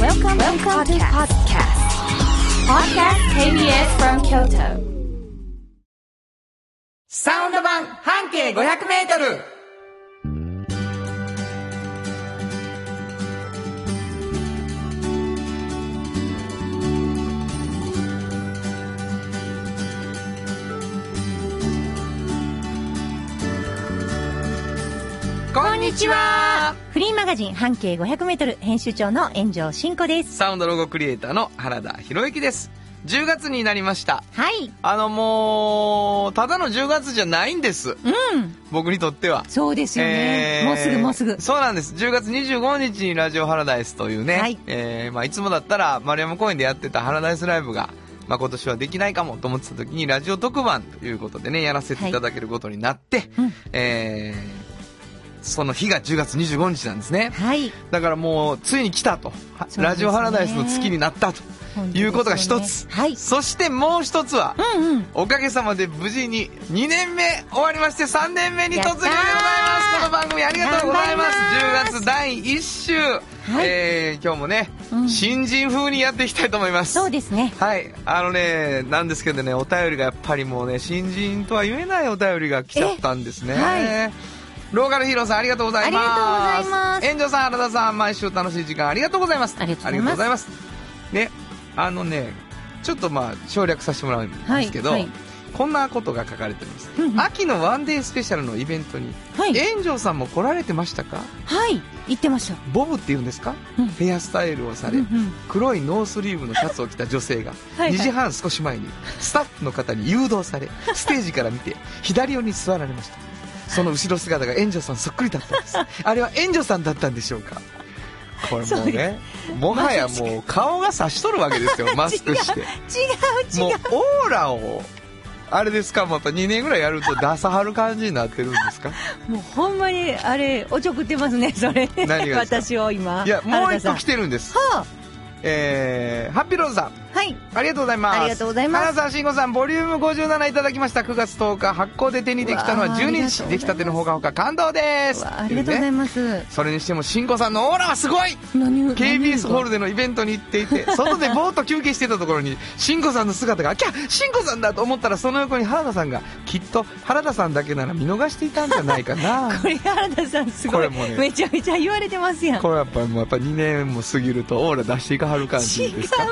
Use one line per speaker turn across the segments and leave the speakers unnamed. Welcome, Welcome to podcast. Podcast KBS from Kyoto.
サウンド版半径500メートルこんにちは
フリーマガジン半径500メートル編集長の炎上真子です。
サウンドロゴクリエイターの原田博之です。10月になりました。
はい。
あのもう、ただの10月じゃないんです。
うん。
僕にとっては。
そうですよね。
えー
もうすぐもうすぐ。
そうなんです。10月25日にラジオハラダイスというね、
はいい
えーまあ、いつもだったら丸山公園でやってたハラダイスライブが、まあ、今年はできないかもと思ってた時にラジオ特番ということでね、やらせていただけることになって、
うん
えーその日が10月25日なんですね。
はい。
だからもう、ついに来たと、は
すね
ラジオハラダイスの月になったと
本当です
い
よね
うことが一つ。
はい
そしてもう一つは、
うんうん。
おかげさまで無事に2年目終わりまして3年目に突入でございますこ
やっ
の
たー
番組ありがとうございます
頑張ります
10月第1週、
い
えー今日もね、
うん
新人風にやっていきたいと思います
そうですね。
はいあのねなんですけどねお便りがやっぱりもうね新人とは言えないお便りが来ちゃったんですね、
は
ローカルヒーローさんありがとうございます
ありがとうございます
炎上さん原田さん毎週楽しい時間ありがとうございます
ありがとうございます
すねあのねちょっとまあ省略させてもらうんですけど、
はいはい
こんなことが書かれてます
うんうん
秋のワンデースペシャルのイベントに
はい。
炎上さんも来られてましたか
はい。言ってました。
ボブっていうんですか、
うん
ヘアスタイルをされ、
うんうん
黒いノースリーブのシャツを着た女性が
はいはい
2時半少し前にスタッフの方に誘導 されステージから見て左寄りに座られましたその後ろ姿が援助さんそっくりだったんです あれは援助さんだったんでしょうかこれも
そう
うねもはやもう顔が差しとるわけで すよマスクして
違う違う。
もうオーラをあれですかまた2年ぐらいやると出さはる感じになってるんですか
もうほんまに、あれ、おちょくってますね、それ。
何がですか
私を今。
いやもう
原田
一
さ
個
ん
来てるんです
は
えー、ハッピーローズさん
あはい。
ありがとうございます。
ありがとうございます
花沢慎吾さん、ボリューム57いただきました。9月10日、発行で手にできたのは
うわー
12
ありがとうござい
日。
ます
できたてのほかほか感動です。
わあありがとうござい
ね
ます。
それにしても、慎吾さんのオーラはすご い
何を
KBS ホールでのイベントに行って いて、外でぼーっと休憩してたところに、慎吾さんの姿が、キャッ慎吾さんだと思ったら、その横に原田さんが、きっと原田さんだけなら見逃していたんじゃないかな。
これ原田さんすご
これ
い、
もね
めちゃめちゃ言われてますやん。違
これやっぱもうやっぱ2年も過ぎるとオーラ出していかはる感
う
じ
違
で
う
すか。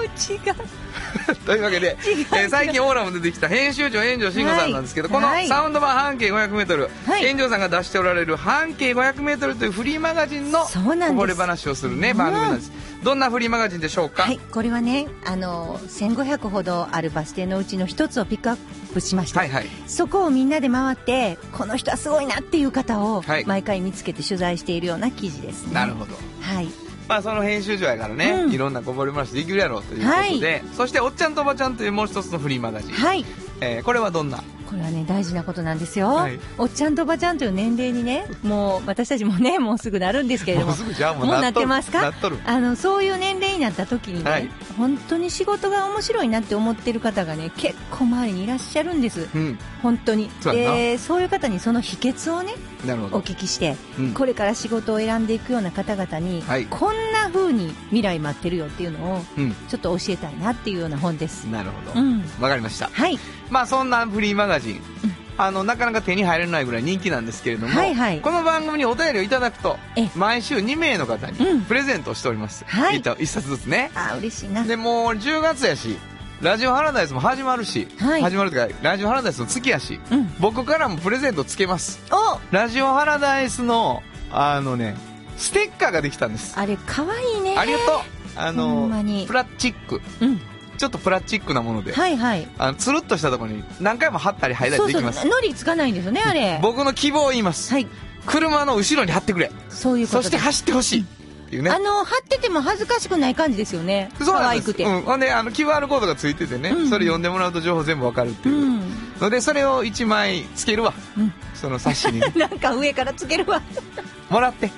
というわけ で、えー最近オーラも出てきた編集長炎上慎吾さんなんですけど、
はい
この
はい
サウンド版半径 500m、
はい
炎上さんが出しておられる半径 500m というフリーマガジンの
そうなんです
こぼれ話をするね番組なんです、どんなフリーマガジンでしょうか、
はい、これはね、あの1500ほどあるバス停のうちの一つをピックアップしました、
はいはい
そこをみんなで回って、この人はすごいなっていう方を
はい
毎回見つけて取材しているような記事ですね。
なるほど
はい、
まあその編集長やからね、
うん
いろんなこぼれ話できるやろうということで、そして「おっちゃんとおばちゃん」というもう一つのフリーマガジン、
はい
えーこれはどんな
これはね大事なことなんですよ、
はい
おっちゃんとおばちゃんという年齢にねもう私たちもねもうすぐなるんですけれど
も
も
うすぐじゃあもう
もう
な
な
っ
っ
と
て
る
ますか
なっとる
あのそういう年齢になった時にね、
はい
本当に仕事が面白いなって思ってる方がね結構周りにいらっしゃるんです
うん
本当に
そうやな
でそういう方にその秘訣をね
なるほ
お
ど
聞きして、
うん
これから仕事を選んでいくような方々に、
はい
こんな風に未来待ってるよっていうのを
うん
ちょっと教えたいなっていうような本です、
なるほど
う
わ、
ん、
かりました
はい
まあそんなフリーマガジン、あの、なかなか手に入らないぐらい人気なんですけれども、
はいはい
この番組にお便りをいただくと
え、
毎週2名の方に
うん
プレゼントをしております。
はい
一一冊ずつね。
あー嬉しいな
で、もう10月やし、ラジオハラダイスも始まるし、
はい
始まるというか、ラジオハラダイスの月やし、
うん
僕からもプレゼントつけます。
お
ラジオハラダイスの、あのね、ステッカーができたんです。
あれ可愛いね
ありがとう。あ
ほ
の
んま、に
プラスチック。
う、うん、
ちょっとプラスチックなもので、
はいはい
あのつるっとしたところに何回も貼ったり貼いたり
そう
で
そ
き
う
ます。
のりつかないんですよねあれ
僕の希望を言います、
はい
車の後ろに貼ってくれ
そういうこと
そ
で
して走ってほしいっていうね
あの貼ってても恥ずかしくない感じですよね
そう
可
なん
愛
です
くて、
うん、ほんであの QR コードがついててね、
うん
それ読んでもらうと情報全部わかるって
う
いう、
ん
のでそれを1枚つけるわ
うん
その冊子に ね
なんか上からつけるわ
もらって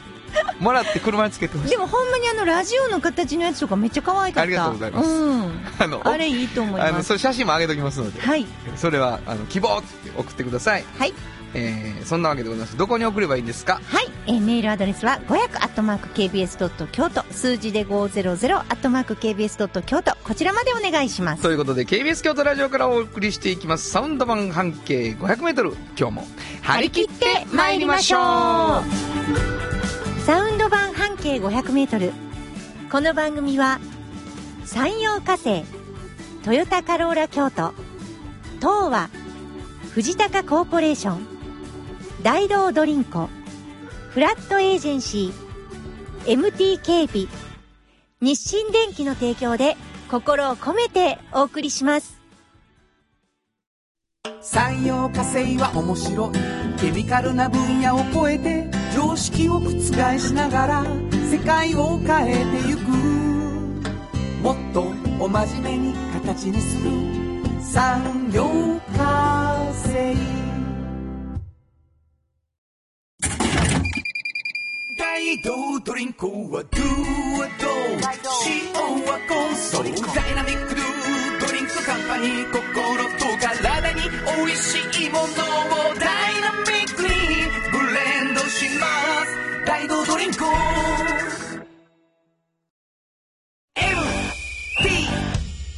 もらって車につけてほしい
でもほんまにあのラジオの形のやつとかめっちゃ可愛かった
ありがとうございます
ん、
あの
あれいいと思い
あの
ます
それ写真も上げときますので、
はい
それはあの希望って送ってください
はい
えーそんなわけでございますどこに送ればいいんですか
はい、えーメールアドレスは500アットマーク KBS ドット京都数字で500アットマーク KBS ドット京都こちらまでお願いします。
ということで KBS 京都ラジオからお送りしていきますサウンド版半径 500m 今日も張り切ってまいりましょう
サウンド版半径500メートル。この番組は山陽火星、トヨタカローラ京都、東和、藤高コーポレーション、大道ドリンコ、フラットエージェンシー、MT 警備、日清電機の提供で心を込めてお送りします。
産業化成は面白いケミカルな分野を超えて常識を覆しながら世界を変えてゆくもっとお真面目に形にする産業化成大道ドリンクはドゥはドゥ塩はコンソーダイナミックドゥドリンクカンパニー心と体に美味しいものをダイナミックにブレンドします大道ドリンク MT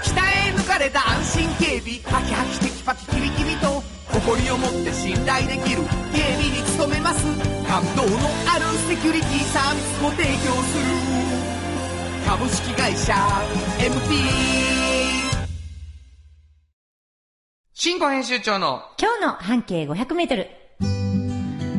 鍛え抜かれた安心警備ハキハキテキパキキビキビと誇りを持って信頼できる警備に努めます感動のあるセキュリティサービスも提供する株式会社 MT
新語編集長の
今日の半径500メートル。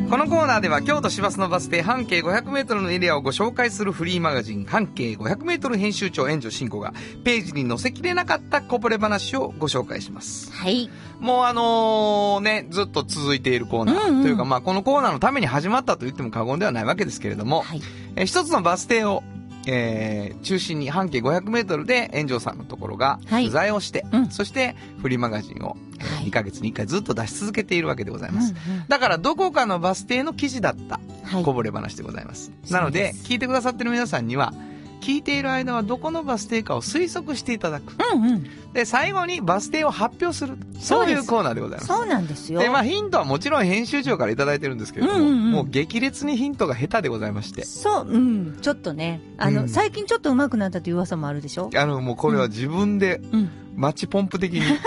このコーナーでは京都市バスのバス停半径 500m のエリアをご紹介するフリーマガジン半径 500m 編集長援助進行がページに載せきれなかったこぼれ話をご紹介します。
はい。
もうあのーね、ずっと続いているコーナー、
うんうん
というかまあこのコーナーのために始まったと言っても過言ではないわけですけれども、
はい。
えー一つのバス停を、えー中心に半径 500m で炎上さんのところが
はい
取材をして、
うん
そしてフリーマガジンを
はい
2ヶ月に1回ずっと出し続けているわけでございます。
うんうん
だからどこかのバス停の記事だった
はい
こぼれ話でございます。
す
なので、聞いてくださってる皆さんには、聞いている間はどこのバス停かを推測していただく。
うんうん。
で、最後にバス停を発表する。
そ
そううい
です
うコーナーでございます。
そうなんですよ。
で、まあヒントはもちろん編集長からいただいてるんですけれども、
うんうんうん
もう激烈にヒントが下手でございまして。
そう、うん、ちょっとね。あの、
うん
最近ちょっと上手くなったという噂もあるでしょ
あの、もうこれは自分で
うん。
マッチポンプ的に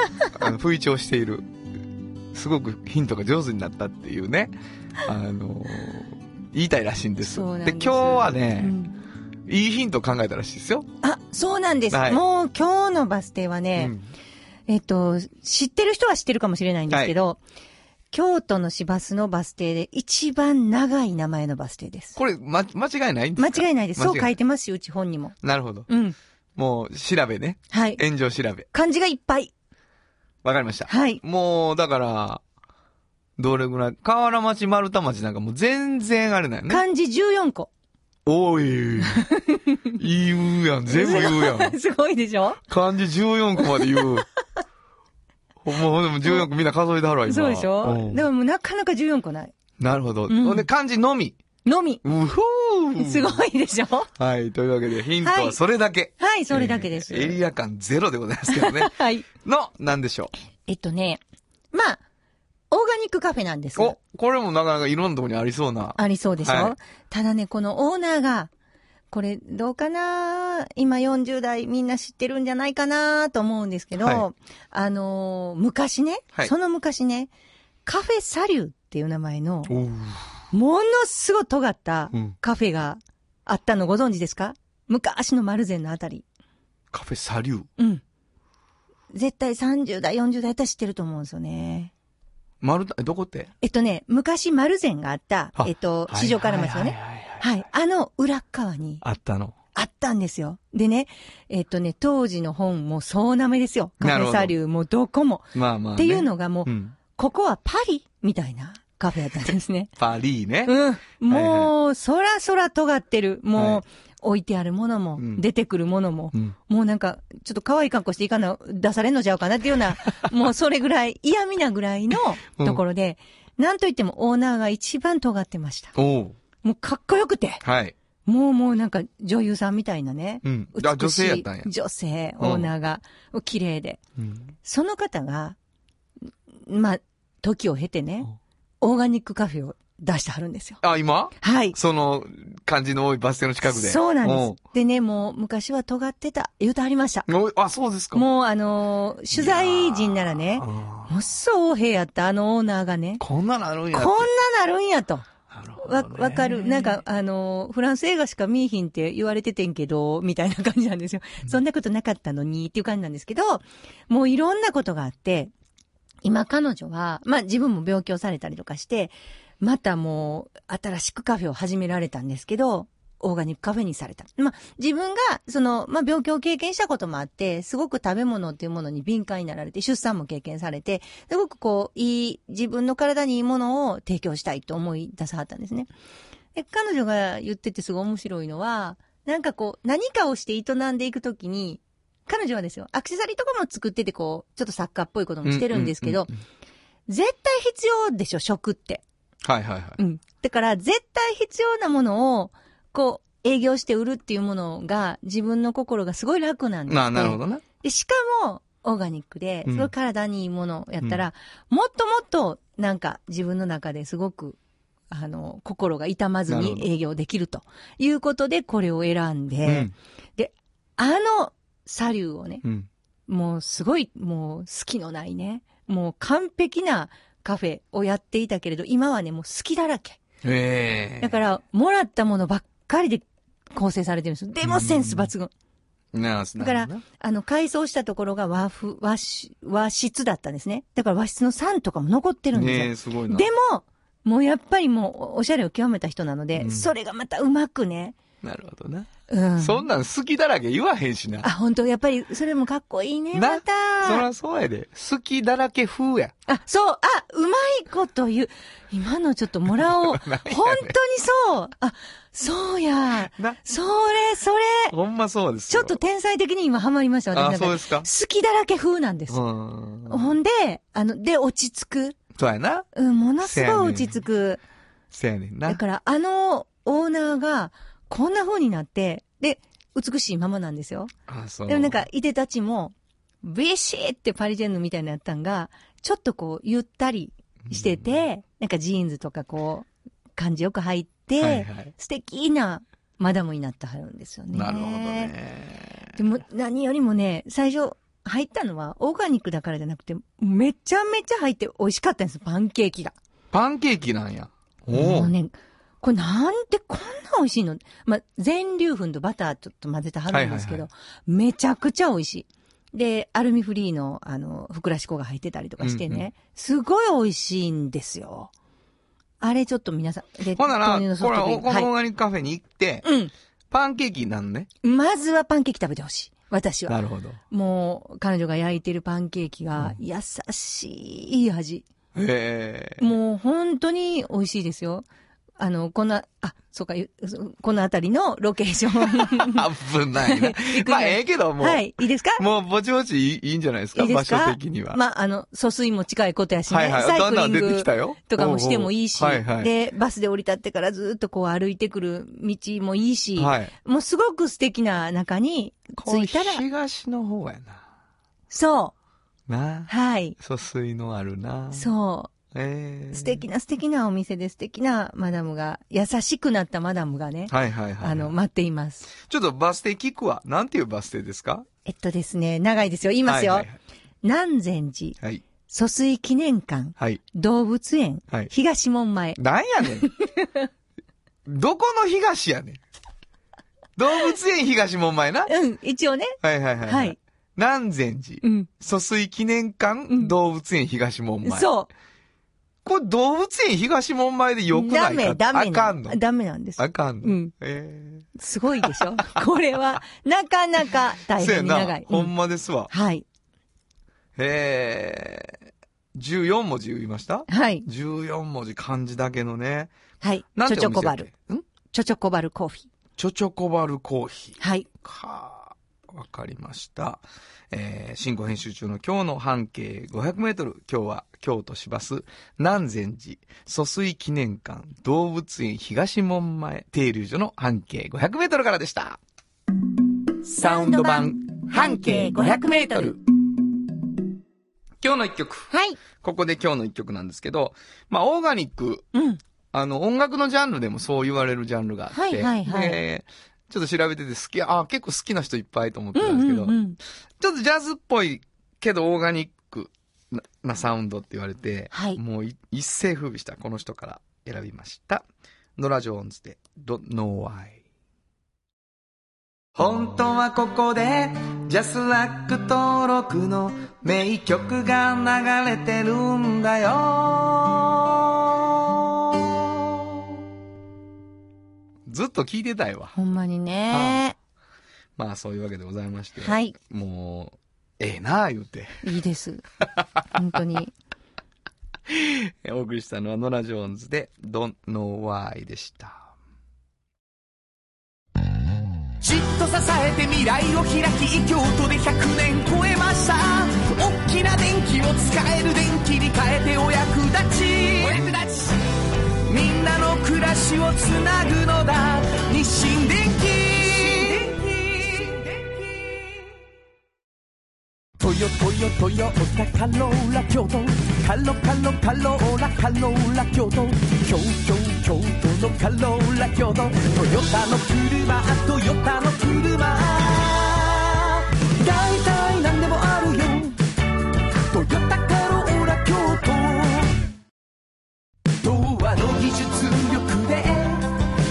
あの吹聴している。すごくヒントが上手になったっていうね。あの、言いたいらしいんです。
そうなんです
で、今日は
う
ね、
ん
いいヒント考えたらしいですよ。
あ、そうなんです。
はい
もう今日のバス停はね、
うん
えっと、知ってる人は知ってるかもしれないんですけど、京都の市バスのバス停で一番長い名前のバス停です。
これ、ま、間違いないんです
間
か
違いないです。そう書
間違
いてますよ、うち本にも。
なるほど。
うん。
もう、調べね。
はい。
炎上調べ。
漢字がいっぱい。
わかりました。
はい。
もう、だから、どれぐらい、河原町、丸太町なんかもう全然あれだよね。
漢字14個。
おい。言うやん。全部言うや ん。
すごいでしょ
漢字14個まで言う。ほんま、ほんでも14個みんな数えてはるわ、今。
そうでしょ
ん
でももうなかなか14個ない。
なるほど。
うん
ほんで、漢字のみ。
のみ。
うふー。
すごいでしょ
はい。というわけで、ヒント
は
はいそれだけ。
はい、それだけです。。
えーエリア感ゼロでございますけどね
はい。
の、なんでしょう。
えっとね、まあ、オーガニックカフェなんです。
お、これもなかなかいろんなとこにありそうな。
ありそうでしょ、
はい
ただね、このオーナーが、これどうかな今40代みんな知ってるんじゃないかなと思うんですけど、
は
あのー昔ね、
はい
その昔ね、カフェサリューっていう名前の、
おう
ものすごい尖った
うん
カフェがあったのご存知ですか昔の丸善のあたり。
カフェサリュー。
うん。絶対30代、40代やったら知ってると思うんですよね。
丸太、えどこって
えっとね、昔丸善があった
あ、
えっと、市場から町のね。
はいはいはいはい
はい。あの裏っ側に
あったの。
あったんですよ。でね、えっとね、当時の本も総なめですよ。カ
な
フ
るほ
ェ
ど
サリューもどこも。
まあまあ、ね。
っていうのがもう、
うん。。
ここはパリみたいなカフェだったんですね
パリね。
うん。
はい
もう、そらそら尖ってる。もう、
はい
置いてあるものも、
うん
出てくるものも、
うん。
もうなんか、ちょっと可愛い格好していかな、出されんのちゃうかなっていうよう な、もうそれぐらい、嫌味なぐらいのところで、なんといってもオーナーが一番尖ってました。
おう
もうかっこよくて、
はい。
もうもうなんか女優さんみたいなね。
うん。
美しい
あ、女性やったんや。
女性、オーナーが、綺麗で。
うん。
その方が、まあ、時を経てね、オーガニックカフェを出してはるんですよ。
あ、今
はい。
その、感じの多いバス停の近くで。
そうなんです。でね、もう昔は尖ってた、言うてはりました。
うん。おあ、そうですか。
もうあのー取材陣なら
う
ね、
ん
もっそう平やったあのオーナーがね、
こんなのあるん
こ
やっ
ん
て。
ななるんやと。
なるほど
わ、
ね
わかる。なんか、あのー、フランス映画しか見えひんって言われててんけど、みたいな感じなんですよ。そんなことなかったのにっていう感じなんですけど、もういろんなことがあって、今彼女は、まあ自分も病気をされたりとかして、またもう新しくカフェを始められたんですけど、オーガニックカフェにされた。まあ自分が、その、まあ病気を経験したこともあって、すごく食べ物っていうものに敏感になられて、出産も経験されて、すごくこう、いい、自分の体にいいものを提供したいと思い出さはったんですね。で、彼女が言っててすごい面白いのは、なんかこう、何かをして営んでいくときに、彼女はですよ、アクセサリーとかも作っててこう、ちょっと作家っぽいこともしてるんですけど、
うううん
絶対必要でしょ、食って。
はいはいはい。
うん。だから、絶対必要なものを、こう、営業して売るっていうものが、自分の心がすごい楽なんです
ななるほ
ど。
どね。
で、しかも、オーガニックで、
うん
すごい体にいいものやったら、もっともっと、なんか、自分の中ですごく、あの、心が痛まず
なるほど
に営業できるということで、これを選んで、
うん。
あの、サリューをね、
うん。
もうすごい、もう好きのないね。もう完璧なカフェをやっていたけれど、今はね、もう好きだらけ。
ええ
だから、もらったものばっかりで構成されてるんですよ。でもセンス抜群。
なす
だから
なるほどね
あの、改装したところが和風、和し和室だったんですね。だから和室の3とかも残ってるん
ねえ、
です
ご
す
い
よ。
な。
でも、もうやっぱりもう、おしゃれを極めた人なので、
うん
それがまたうまくね。
なるほどね。
うん。
そんなん好きだらけ言わへんしな
あ、。本当やっぱり、それもかっこいいね、
な
また。
そらそうやで。好きだらけ風や。
あ、そう、あ、うまいこと言う。今のちょっともらおう。
何や
本
ね
当
ん
にそう。あ、そうや。
な、
それ、それ。
ほんまそうです
ちょ
よ。
っと天才的に今ハマりました、
あ、
私
そう
なん
で
か。
すか。
好きだらけ風なんです。
うん。
ほんで、あの、で、落ち着く。
そうやな。
うん、ものす
せやね
ご
ん
い落ち着く。
せやねん
だ
な。
から、あの、オーナーが、こんな風になって、で、美しいままなんですよ。
あ、そう。
でもなんか、いでたちも、ビシーってパリジェンヌみたいなのやったんが、ちょっとこう、ゆったりしてて、なんかジーンズとかこう、感じよく入っ
うん、
て、
はいはい。
素敵なマダムになってはるんですよね。
なるほど。ね。
でも、何よりもね、最初、入ったのは、オーガニックだからじゃなくて、めちゃめちゃ入って美味しかったんです、パンケーキが。
パンケーキなんや。お
も
お
う。ね、これなんでこんな美味しいのまあ、全粒粉とバターちょっと混ぜてはるんですけど、
は
めちゃくちゃ美味しい。で、アルミフリーの、あの、ふくらし粉が入ってたりとかしてね、
うんうん
すごい美味しいんですよ。あれちょっと皆さん、で
ほんなら、
豆乳のソ
こ
フ
れ、
トクリ
お
ーム
このオー
は
ガニックカフェに行って、
い。
パンケーキなんね。
うん。まずはパンケーキ食べてほしい。私は。
なるほど。
もう、彼女が焼いてるパンケーキが、優しい味。
へえ。
もう本当に美味しいですよ。あの、この、あ、そうか、ゆこのあたりのロケーショ ン。
危ないな
行。くね
まあ、ええけど、もう。
はい、いいですか
もう、ぼちぼちいいいいんじゃないですか
いいですか
場所的には。
まあ、あの、疎水も近いことやしね、
はいはい。
サイ
だん
ク
だ
リ
ん
ン
出て
グ
きたよ。
とかもしてもいいし、
おうおうはいはい。
で、バスで降り立ってからずっとこう歩いてくる道もいいし、
はい。
もうすごく素敵な中に着いたら
こう、東の方やな。
そ
な
う、。はい、
疎水のあるな。う。
そう、
ええ
素敵な素敵なお店で素敵なマダムが、優しくなったマダムがね、
はいはいはい。
あの、待っています。
ちょっとバス停聞くわ。なんていうバス停ですか
えっとですね、長いですよ。言いますよ。
はいはい
南禅寺、
はい。はい。
疎水記念館、
はい。
動物園、
はい
東門前。
なんやねん。 どこの東やねん。動物園東門前な。
うん、一応ね。
はいはいはい。
はい。。
南禅寺
う。ん。
疎水記念
う
館、
ん
動物園東門前。う。
そ
これ動物園東門前で
う。
よくないか
ダメ、ダメ
あ
な。
かんの。
ダメなんです
あ。かんの。
うん
え
すごいで しょこれは、なかなか
え
大
せや
変に長
な。
い。
ほ
うん
んまですわ。
はい。
ええ14文字言いました
はい。
14文字漢字だけのね。
はい。
なん
ち
て
ょちょ
お
こ
店や
ば
っけ
る。。
ん
ちょちょこばるコーヒ
ちょちょこばるコーヒー
ー。。はい。
か。わかりました。えー、新語編集中の今日の半径500メートル。今日は京都市バス、南禅寺、疎水記念館、動物園東門前、停留所の半径500メートルからでした。サウンド版、半径500メートル。今日の一曲。
はい。
ここで今日の一曲なんですけど、まあ、オーガニック、
うん。
あの、音楽のジャンルでもそう言われるジャンルがあって、
はいはいはい
でちょっと調べてて好き、あ結構好きな人いっぱいと思って
う
た
ん
んですけど、
うんうん。
ちょっとジャズっぽいけどオーガニックななサウンドって言われて、
はい
もうい一世風靡したこの人から選びました。ノラ・ジョーンズで Don't Know Why。
本当はここでジャスラック登録の名曲が流れてるんだよ
ずっと聞いてたいわ。
ほんまにね。
まあそういうわけでございまして。
はい。
もう、ええなあ言うて。
いいです。本当に。
えお送りしたのはノラ・ジョーンズで Don't Know Why でした。
じっと支えて未来を開き京都で100年超えました大きな電気を使える電気に変えてお役立ちお役立ちみんなの暮らしをつなぐのだ日清電気トヨトヨトヨタカローラ京都カロカロカローラカローラ京都京京京都のカローラ京都トヨタの車トヨタの車大体何でもあるよトヨタカローラ京都童話の技術力で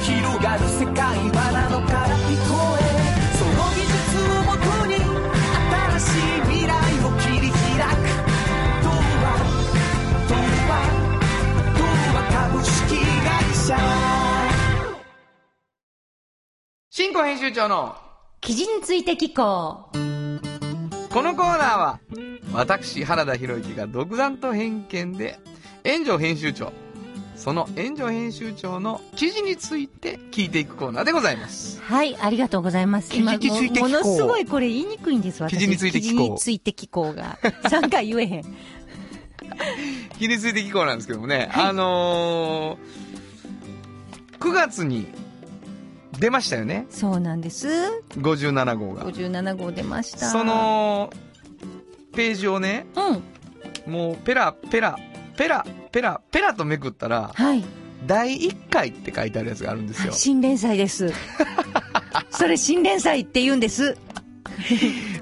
広がる世界はなのから聞こえその技術をもとに新しい未来を切り開く童話童話童話株式会社
新庫編集長の
記事について聞こう。
このコーナーは、私、原田博之が独断と偏見で、炎上編集長、その炎上編集長の記事について聞いていくコーナーでございます。
はい、ありがとうございます。
記事について聞こう
もうものすごいこれ言いにくいんです、私。
記事について聞こう
記事について聞こうが。3回 言えへん。
記事について聞こうなんですけどもね、あのー、9月に出ましたよね、
そうなんです。
57号が。
57号出ました。
そ、の、ページをね、
うん。
もうペラペラ、ペラペラ、ペラとめくったら、
はい。
第1回って書いてあるやつがあるんですよ。
新連載 です。それ新連載って言うんです。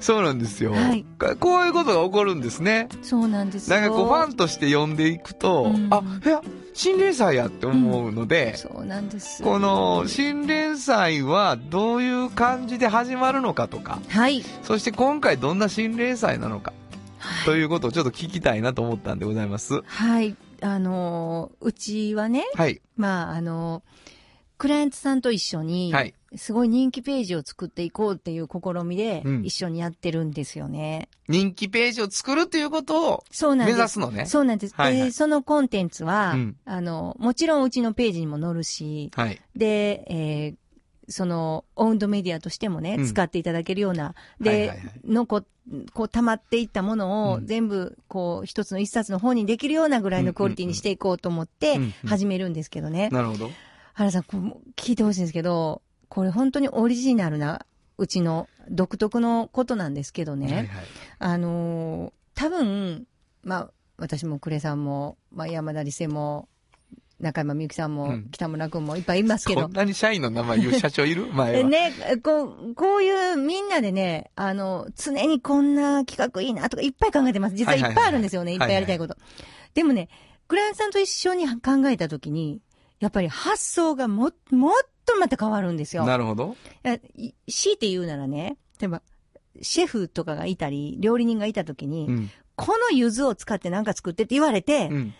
そうなんですよ、
はい
ここういうことが起こるんですね。
そうなんですよ。
なんかこうファンとして呼んでいくと、
うん
あ、いや、新連載やって思うので、
そうなんです。
この新連載はどういう感じで始まるのかとか、
はい。
そして今回どんな新連載なのか、ということをちょっと聞きたいなと思ったんでございます。
はい。あのーうちはね、
はい。
まあ、あのークライアントさんと一緒に、
はい。
すごい人気ページを作っていこうっていう試みで
うん、
一緒にやってるんですよね。
人気ページを作るということを
そうなん
目
です。
指すのね。
そうなんです。
はいはい
で、そのコンテンツは、
うん
あの、もちろんうちのページにも載るし、
はい。
で、えーその、オウンドメディアとしてもね、
うん
使っていただけるような、で、
はいはいはい
のこ、こう、溜まっていったもの
う
を
ん
全部、こう、一つの一冊の本にできるようなぐらいのクオリティにしていこうと思って
うんうんうん、
始めるんですけどね。
なるほど。
原さん、こうもう聞いてほしいんですけど、これ本当にオリジナルな、うちの独特のことなんですけどね。
はいはい。
あのー多分、まあ、私も呉さんも、まあ、山田理瀬も、中山みゆきさんも、
うん
北村君もいっぱいいますけ
こ
ど
ん、なに社員の名前言う社長いる前
え
は。
ね、こう、こういうみんなでね、あの、常にこんな企画いいなとかいっぱい考えてます。実はいっぱいあるんですよね。
はいい
っ
は
ぱ
いはい
いやりたいこと。でもね、クライアントさんと一緒に考えたときに、やっぱり発想がも、もっとまた変わるんですよ。
なるほど。
いやい強いて言うならね、例えば、シェフとかがいたり、料理人がいたときに、
うん。
この柚子を使ってなんか作ってって言われて、
うん。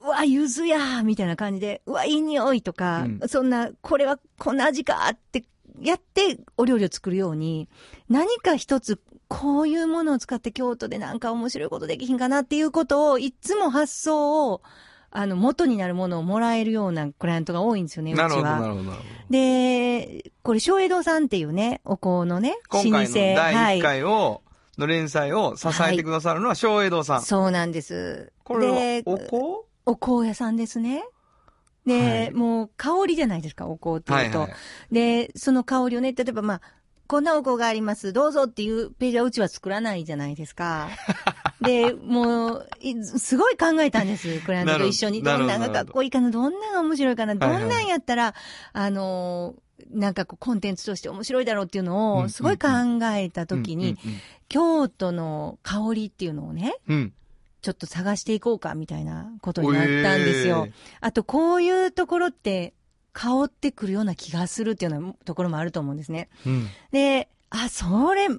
うわ、柚子やーみたいな感じで、うわ、いい匂いとか、
うん
そんな、これはこんな味かーってやって、お料理を作るように、何か一つ、こういうものを使って京都でなんか面白いことできひんかなっていうことを、いつも発想を、あの、元になるものをもらえるようなクライアントが多いんですよね、うち
なるほど、な
は。
るほど、なるほど。
で、これ、小江戸さんっていうね、お香のね、老舗。
今回の第1
はい。
回を、の連載を支えてくださるのは松江堂さん。
そうなんです。
こ
で
れは、お
お香屋さんですね。で、
はい
もう香りじゃないですか、お香って
香は
いう
い
と。
はい。
で、その香りをね、例え ばまあ、こんなお香があります、どうぞっていうページはうちは作らないじゃないですか。で、もう、いすごい考えたんです。クライアントと一緒に。
な
ど
る
ん
ほど
なんがかっこいいかな、どんなんが面白いかな、ど
はいはい
んなんやったら、あのー、なんかこう、コンテンツとして面白いだろうっていう
うんうんう
の
ん
を、すごい考えた時に、京都の香りっていうのをね、
うん、うん
ちょっと探していこうか、みたいなこと
うん。
になったんですよ。
え
あと、こういうところって、香ってくるような気がするっていうようなところもあると思うんですね。
えうん。
で、あ、それ、考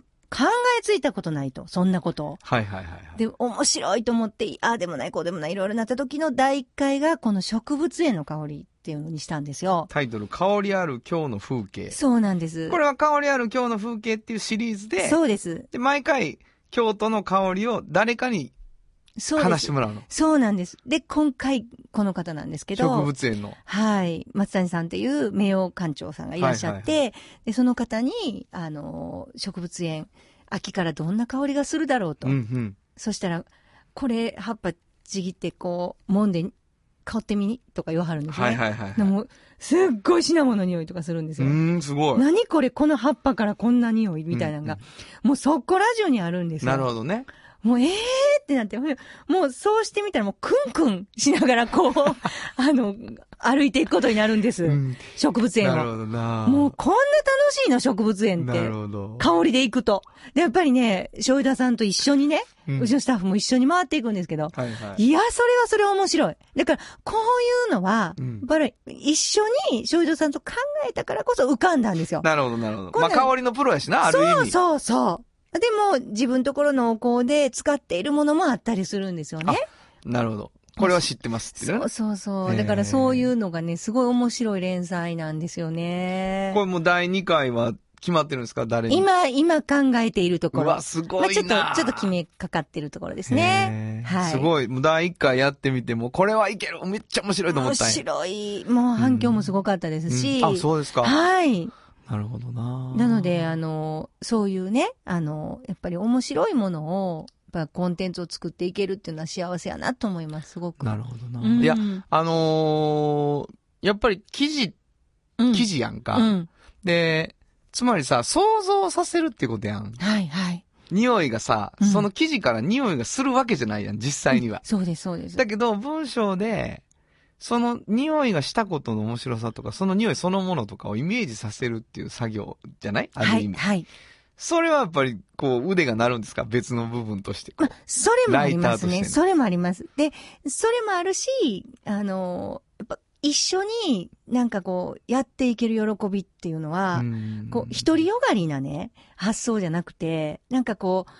えついたことないと、そんなことを。
はいはいはいはい。
で、面白いと思って、ああでもない、こうでもない、いろいろなった時の第一回が、この植物園の香りっていうのにしたんですよ。
タイトル、香りある今日の風景。
そうなんです。
これは香りある今日の風景っていうシリーズで、
そうです。
で、毎回、京都の香りを誰かに
そうで
話して
す。
もらうの。
そうなんです。で、今回、この方なんですけど。
植物園の。
はい。松谷さんっていう名誉館長さんがいらっしゃって、で、その方に、あの、植物園、秋からどんな香りがするだろうと。
うんうん。
そしたら、これ、葉っぱちぎって、こう、揉んで、香ってみにとか言わはるんですね。
はいはいはい。
でも、すっごいシナモンの匂いとかするんです
う
よ。
ーん、すごい。
何これ、この葉っぱからこんな匂いみたいなのが、
うん
もうそこラジオにあるんですよ。
なるほどね。
もう、えーってなって、ほんでもうそうしてみたら、もう、クンクンしながら、 こう、あの、歩いていくことになるんです。
うん
植物園
なる
は。
ほどな。
もう、こんな楽しいの、植物園っ
な
て
る。ほど。
香りで行くと。で、やっぱりね、醤油田さんと一緒にね、
う
うんちのスタッフも一緒に回っていくんですけど、
はいはい。
いや、それはそれは面白い。だから、こういうのは、
うん
やっぱり一緒に少女さんと考えたからこそ浮かんだんですよ。
なるほどなるほど。
こん
ま
な
あ、香りのプロやしな、ある意
そう
味。
そうそう。でも、自分ところのお香で使っているものもあったりするんですよね。
なるほど。これは知ってますっていう
そ
ね
う。そうそ
へ
う。
ー
だからそういうのがね、すごい面白い連載なんですよね
こ。れもう第2回は決まってるんですか誰に。
今、今考えているとこ
う
ろ。
わ、すごい
ま
な。
あちょっと、ちょっと決めかかってるところですね
へ。ー
はい。
すごい。もう第1回やってみて、もうこれはいける。めっちゃ面白いと思
面
ったんや。
白い。もう反響もすごかったですし。
うんあ、そうですか。
はい。
なるほどな。
なので、あの、そういうね、あの、やっぱり面白いものを、やっぱコンテンツを作っていけるっていうのは幸せやなと思います、すごく。
なるほどな。
うん
いや、あのーやっぱり記事、
うん
記事やんか。
うん。
で、つまりさ、想像させるってことやん。
はい、はい。
匂いがさ、
うん
その記事から匂いがするわけじゃないやん、実際には。
そうです、そうです。
だけど、文章で、その匂いがしたことの面白さとか、その匂いそのものとかをイメージさせるっていう作業じゃないあ
は
る意
い、
味。
はい。
それはやっぱり、こう、腕がなるんですか別の部分として。こう
それもあります
ライターとしてね
ね。それもあります。で、それもあるし、あの、やっぱ一緒になんかこう、やっていける喜びっていうのは、
うん
こう、一人よがりなね、発想じゃなくて、なんかこう、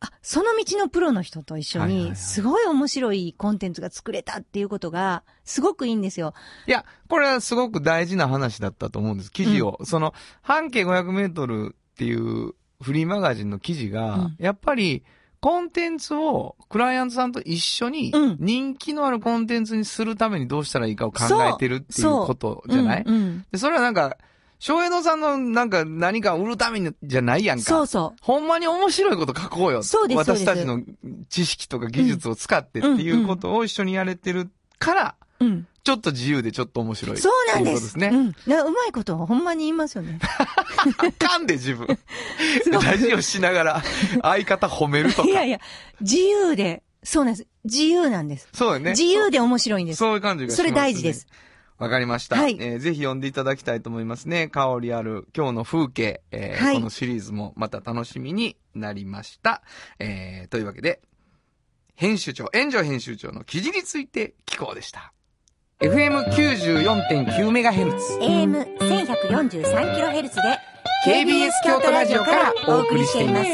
あ、その道のプロの人と一緒
はいはいはい
に、すごい面白いコンテンツが作れたっていうことが、すごくいいんですよ。
いや、これはすごく大事な話だったと思うんです。記事を。その、半径500メートルっていうフリーマガジンの記事が、
うん
やっぱり、コンテンツをクライアントさんと一緒に
うん
人気のあるコンテンツにするためにどうしたらいいかを考えてるっていう
そう
ことじゃない
うんうん
でそれはなんか、翔平堂さんのなんか何かを売るためにじゃないやんか。
そうそ
ほんまに面白いこと書こうよ。
そうですそうで
私
す
たちの知識とか技術を使ってっていうことを一緒にやれてるから、
う。うん。
ちょっと自由でちょっと面白い。
そうなん
っていう
で
こ
す。
とですね。
うん。なうまいことをほんまに言いますよ ね。
あかんで 自分。
すごい
ラジオしながら相方褒めるとか
い。やいや、自由で、そうなんです。自由なんです。
そうよね。
自由で面白いんです。
そういう感じがします、
そ
ね。
れ大事です。。
わかりました。
はい
えーぜひ読んでいただきたいと思いますね。香りある今日の風景、えー
はい
このシリーズもまた楽しみになりました。えーというわけで、編集長、炎上編集長の記事について聞こうでした。FM94.9MHz、
AM1143kHz で
KBS 京都ラジオからお送りしています。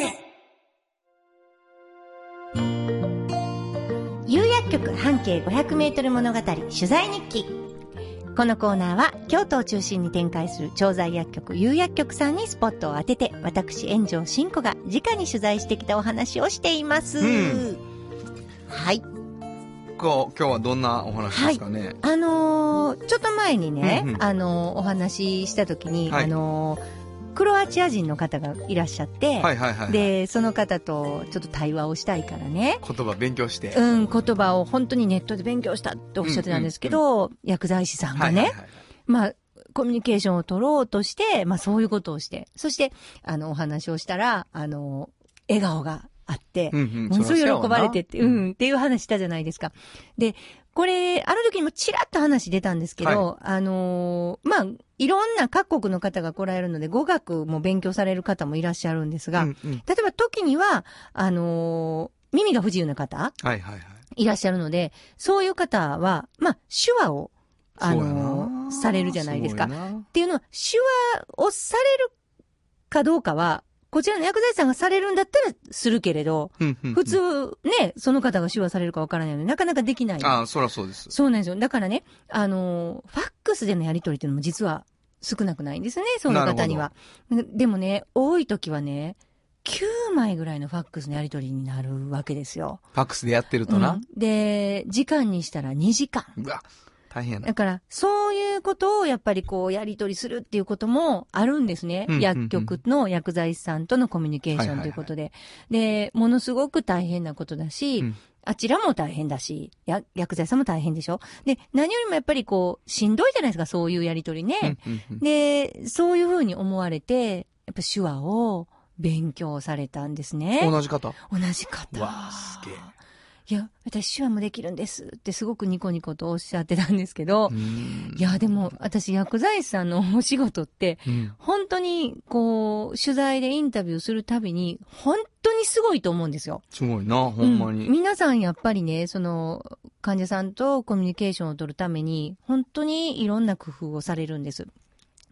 有薬局半径500メートル物語取材日記。
このコーナーは京都を中心に展開する調剤薬局有薬局さんにスポットを当てて私炎上真子が直に取材してきたお話をしています、
うん
はい
こう今日はどんなお話ですかね、
あのーちょっと前にね、
うんうん
あのーお話しした時に、
はい
あのークロアチア人の方がいらっしゃって、
はいはいはい。
でその方とちょっと対話をしたいからね
言葉勉強して。
うん、言葉を本当にネットで勉強したっておっしゃってたんですけど、薬剤師さんがね、
はい
まあ、コミュニケーションを取ろうとして、まあそういうことをして、そして、あの、お話をしたら、あの、笑顔があって、
うんうん
ものすごい
そらそうや
喜
わな
ばれてって、う、
うん
っていう話したじゃないですか。で、これ、あの時にもちらっと話出たんですけど、あのーまあ、いろんな各国の方が来られるので、語学も勉強される方もいらっしゃるんですが、
うんうん
例えば時には、あのー耳が不自由な方
はいはいはい。
いらっしゃるので、そういう方は、まあ、手話を、あのーされるじゃないですか。っていうのは、手話をされるかどうかは、こちらの薬剤師さんがされるんだったらするけれど、普
普
通ね、その方が手話されるかわからないので、なかなかできない。
ああ、そらそうです。
そうなんですよ。だからね、あのー、ファックスでのやり取りっていうのも実は少なくないんですね、その方には。でもね、多い時はね、9枚ぐらいのファックスのやり取りになるわけですよ。
ファックスでやってると
う。
なん
で、時間にしたら2時間。
うわ、大変やな
だ。から、そういうことをやっぱりこう、やり取りするっていうこともあるんですね。
うんうんうん
薬局の薬剤師さんとのコミュニケーションということで。で、ものすごく大変なことだし、
うん
あちらも大変だし、や薬剤師さんも大変でしょで、何よりもやっぱりこう、しんどいじゃないですか、そういうやり取りね。
うんうんうん
で、そういうふうに思われて、やっぱ手話を勉強されたんですね。
同じ方。
同じ方。
わあすげえ
いや、私手話もできるんですってすごくニコニコとおっしゃってたんですけど、
うん
いや、でも、私、薬剤師さんのお仕事って、
うん
本当に、こう、取材でインタビューするたびに、本当にすごいと思うんですよ。
すごいな、ほんま
う
に。
皆さん、やっぱりね、その、患者さんとコミュニケーションを取るために、本当にいろんな工夫をされるんです。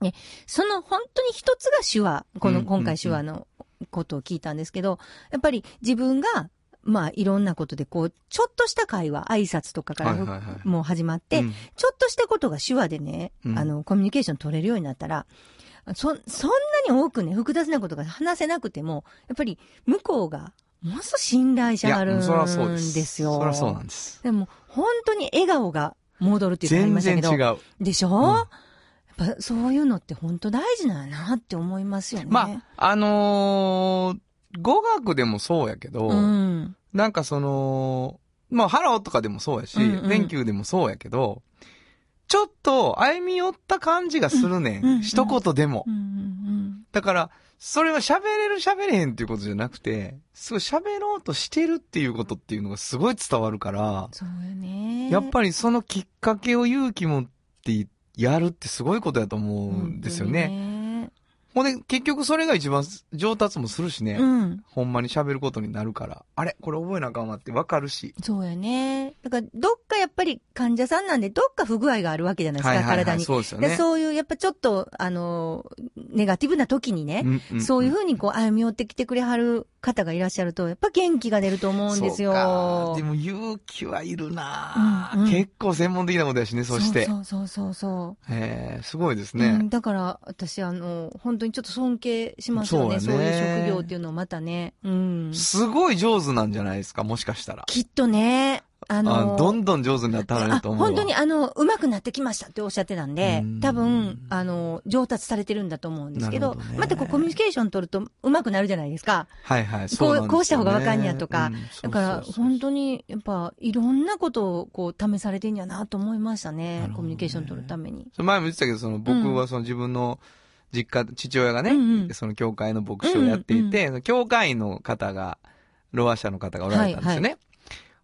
ね、その本当に一つが手話、こ
う
の、
ん
今
うん
回手話のことを聞いたんですけど、やっぱり自分が、まあ、いろんなことで、こう、ちょっとした会話、挨拶とかから、
はいはいはい
もう始まって、
うん
ちょっとしたことが手話でね、
うん
あの、コミュニケーション取れるようになったら、そ、そんなに多くね、複雑なことが話せなくても、やっぱり向こうが、ものすごい信頼
い
者
や、
あるんです
そ
よ。
らそうです。そらそうなんです。
でも、本当に笑顔が戻るっていうのがあり
全
ました
然
けど。
違う。
でしょ、
ん
やっぱそういうのって本当大事なんやなって思いますよね。
まあ、あのー、語学でもそうやけど、
うん。
なんかその、まあ、ハローとかでもそうやし、
うんうん
Thank you でもそうやけど、ちょっと歩み寄った感じがするねん。
うんうんうん
一言でも。
うんうん
だから、それは喋れる喋れへんっていうことじゃなくて、すごい喋ろうとしてるっていうことっていうのがすごい伝わるから、
そうよね。
やっぱりそのきっかけを勇気持ってやるってすごいことだと思うんですよね。
本
ほんで、結局それが一番上達もするしね。
当にね。うん。
ほんまに喋ることになるから、あれこれ覚えなあかんわってわかるし。
そうやね。だから、どっかやっぱり患者さんなんで、どっか不具合があるわけじゃないですか、体に。
そうですよ
で
ね。
そういう、やっぱちょっと、あの、ネガティブな時にね、
んんん
そういうふうにこう歩み寄ってきてくれはる方がいらっしゃると、やっぱ元気が出ると思うんですよ。
そうかでも勇気はいるなあ、
うんうん
結構専門的なことやしね、そして。
そうそうそうそう
えーすごいです
そう、
ね。
うん。だから、私、あの、本当にちょっと尊敬しますよね。
そ
そうう
やね
いう職業っていうのをまたね。うん。
すごい上手なんじゃないですか、もしかしたら。
きっとね、あ
あ
の、
どんどん上手になったらな
あ
と思うわ。
本当にあの、うまくなってきましたっておっしゃってたんで
うん、
多分、あの、上達されてるんだと思うんですけど、
なるほどね
またこうコミュニケーション取るとうまくなるじゃないですか。
はいは
こ
い、そう
う
なんですよね
こうした方がわかんやとか
うん
だから、
そうそうそう
本当に、やっぱ、いろんなことをこう、試されてんやなと思いましたね。
なるほどね
コミュニケーション取るために。
前も言ってたけど、その僕はその自分の実家、父親がね、
うんうん
その教会の牧師をやっていて、その教会員の方が、ロア社の方がおられたんですよね。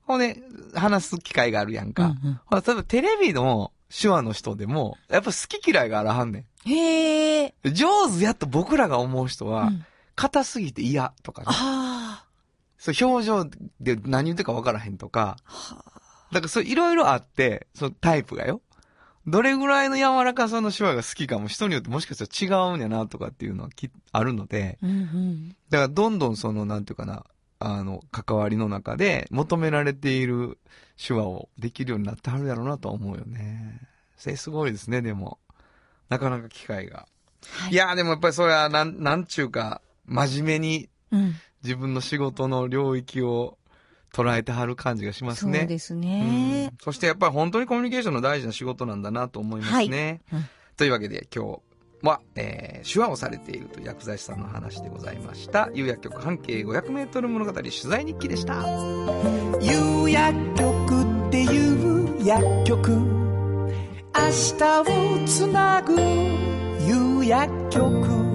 ほんで、話す機会があるやんか。
うん
ほら、例えばテレビの手話の人でも、やっぱ好き嫌いがあらはんね
うんへえ。
ん。上手やと僕らが思う人
あ
は、硬すぎて嫌とかね、
あ
そう表情で何言ってるか分からへんとか、
ー。はあ
だからそういろいろあって、そのタイプがよ。どれぐらいの柔らかさの手話が好きかも人によってもしかしたら違うんやなとかっていうのはきあるので、
うんうん。
だからどんどんそのなんていうかな、あの、関わりの中で求められている手話をできるようになってはるやろうなとは思うよね。それすごいですね、でも。なかなか機会が。、
はい
やーでもやっぱりそれはなん、なんちゅうか、真面目に
うん。
自分の仕事の領域を捉えてはる感じがします
そう
ね。
です
うん
ね。
そしてやっぱり本当にコミュニケーションの大事な仕事なんだなと思いますね。
はいうん
というわけで今日は、えー手話をされているという薬剤師さんの話でございました。有薬局半径500メートル物語取材日記でした。
有薬局っていう薬局明日をつなぐ有薬局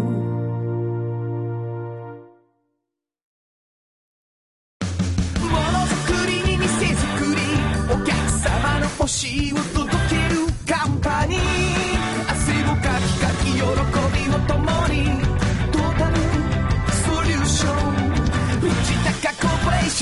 ション藤高コーポレ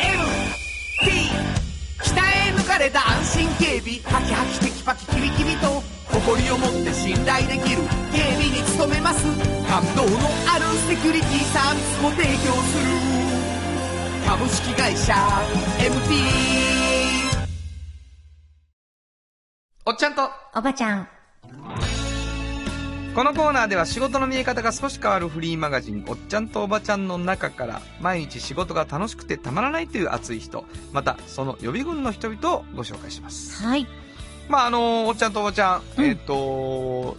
MT 鍛え抜かれた安心警備ハキハキテキパキキビキビと誇りを持って信頼できる警備に努めます感動のあるセキュリティサービスも提供する株式会社 MT
おっちゃんと
おばちゃん。
このコーナーでは仕事の見え方が少し変わるフリーマガジン「おっちゃんとおばちゃん」の中から毎日仕事が楽しくてたまらないという熱い人またその予備軍の人々をご紹介します
はい。
まああのおっちゃんとおばちゃん、
うん
えっ、と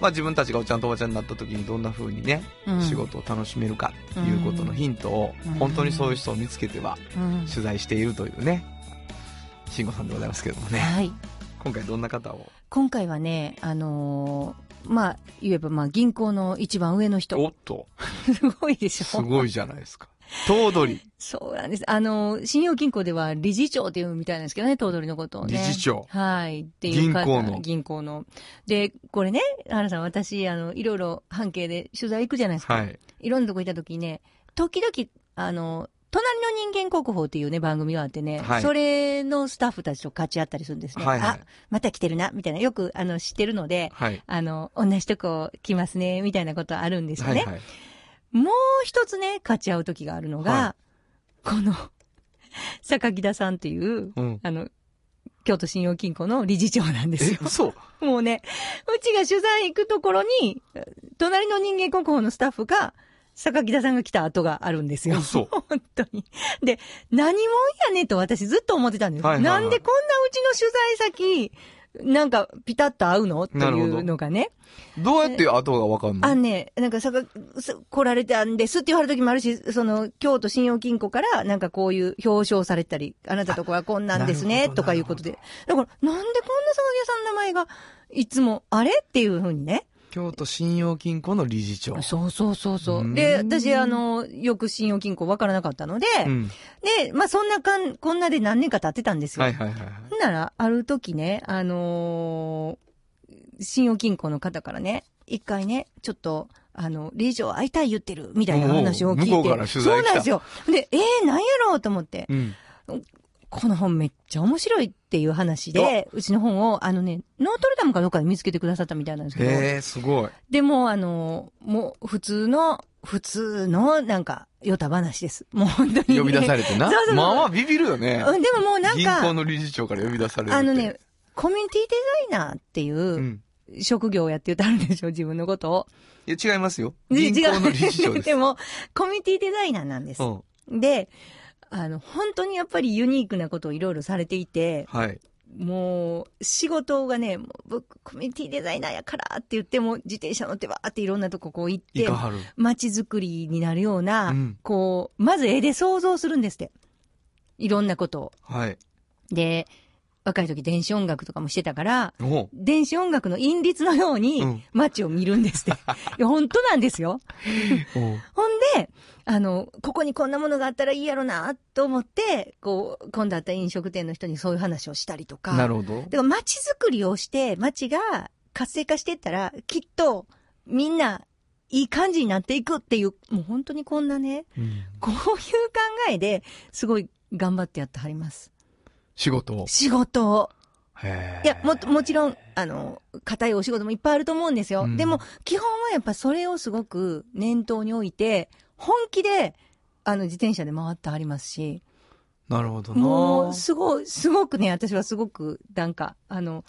まあ自分たちがおっちゃんとおばちゃんになった時にどんな風にね、
うん
仕。事を楽しめるかっていうことのヒントを、
うん
本当にそういう人を見つけては
うん
取材しているというね慎吾さんでございますけどもね
はい。
今回どんな方を
今回はね、あのーまあ、言えば、まあ、銀行の一番上の人。
おっと
すごいでしょ
すごいじゃないですか頭取
そうなんです。あの、信用銀行では理事長っていうみたいなんですけどね、頭取のことをね。
理事長
はい。っていう方
銀行の
銀行の。で、これね、原さん、私、あの、いろいろ半径で取材行くじゃないですか。。
はいい
ろんなとこ行った時にね、時々、あの、隣の人間国宝っていうね、番組があってね、
はい
それのスタッフたちと勝ち合ったりするんですね。
はいはい
あ、また来てるな、みたいな。よく、あの、知ってるので、
はい
あの、同じとこ来ますね、みたいなことあるんですよね。
はいはい
もう一つね、勝ち合う時があるのが、
は
この、坂木田さんっていう、
うん
あの、京都信用金庫の理事長なんです
え
よ。
嘘
もうね、うちが取材行くところに、隣の人間国宝のスタッフが、坂木田さんが来た後があるんですよ。
嘘
本当に。で、何もんやねんと私ずっと思ってたんです、
はいはいはい
なんでこんなうちの取材先、なんかピタッと合うのってい
なるほ
う
ど
のがね。
どうやって後がわかん
あ
の
のね、なんかさが、す来られたんですって言われる時もあるし、その、京都信用金庫から、なんかこういう表彰されたり、あなたとこはこんなんです
なる
ね、
ほど
とかいうことで。だから、なんでこんな佐々木さんの名前が、いつも、あれっていうふうにね。
京都信用金庫の理事長
そうそうそうそうう。
ん
で、私、あの、よく信用金庫わからなかったので、
うん
で、まあ、そんなかん、こんなで何年か経ってたんですよ。
はいはいはいはい
ほんなら、ある時ね、あのー信用金庫の方からね、一回ね、ちょっと、あの、理事長会いたい言ってる、みたいな話を聞いて。
おう向こうから取
そ
材来た
うなんですよ。で、えー、なんやろうと思って、
うん
この本めっちゃ面白いっていう話で、うちの本を、あのね、ノートルダムかどっかで見つけてくださったみたいなんですけど、
へえすごい
でも、あの、もう、普通の、普通の、なんか、ヨタ話です。もう本当に、
呼び出されて な
そうそうそう
まあまあビビるよね
うんでももうなん
銀行
か、
の理事長から呼び出されるって
あのね、コミュニティデザイナーっていう、
うん
職業をやって言うとあるでしょ、自分のことを。
いや違いますよ
で
銀行の理事長
違う
で す
でも、コミュニティデザイナーなんです
う。ん
で、あの、本当にやっぱりユニークなことをいろいろされていて、
はい
もう、仕事がね、もう僕、コミュニティデザイナーやからって言っても、自転車乗ってわーっていろんなとここう行っ
い
て
か、はる
街づくりになるような、
うん
こう、まず絵で想像するんですって。いろんなことを。
はい
で、若い時電子音楽とかもしてたから、
おう
電子音楽の韻律のよう
う
に
ん
街を見るんですっ て。いや、本当なんですよ。
おう
ほんで、あの、ここにこんなものがあったらいいやろな、と思って、こう、今度あった飲食店の人にそういう話をしたりとか。
なるほど
だから街づくりをして、街が活性化していったら、きっと、みんな、いい感じになっていくっていう、もう本当にこんなね、
うん
こういう考えで、すごい頑張ってやってはります。
仕事を
仕事を。
へ
い
え
や、も、もちろん、あの、硬いお仕事もいっぱいあると思うんですよ。
うん
でも、基本はやっぱそれをすごく念頭に置いて、本気で、あの、自転車で回ってありますし、
なるほどな
もう、すごい、すごくね、私はすごく、なんか、あの、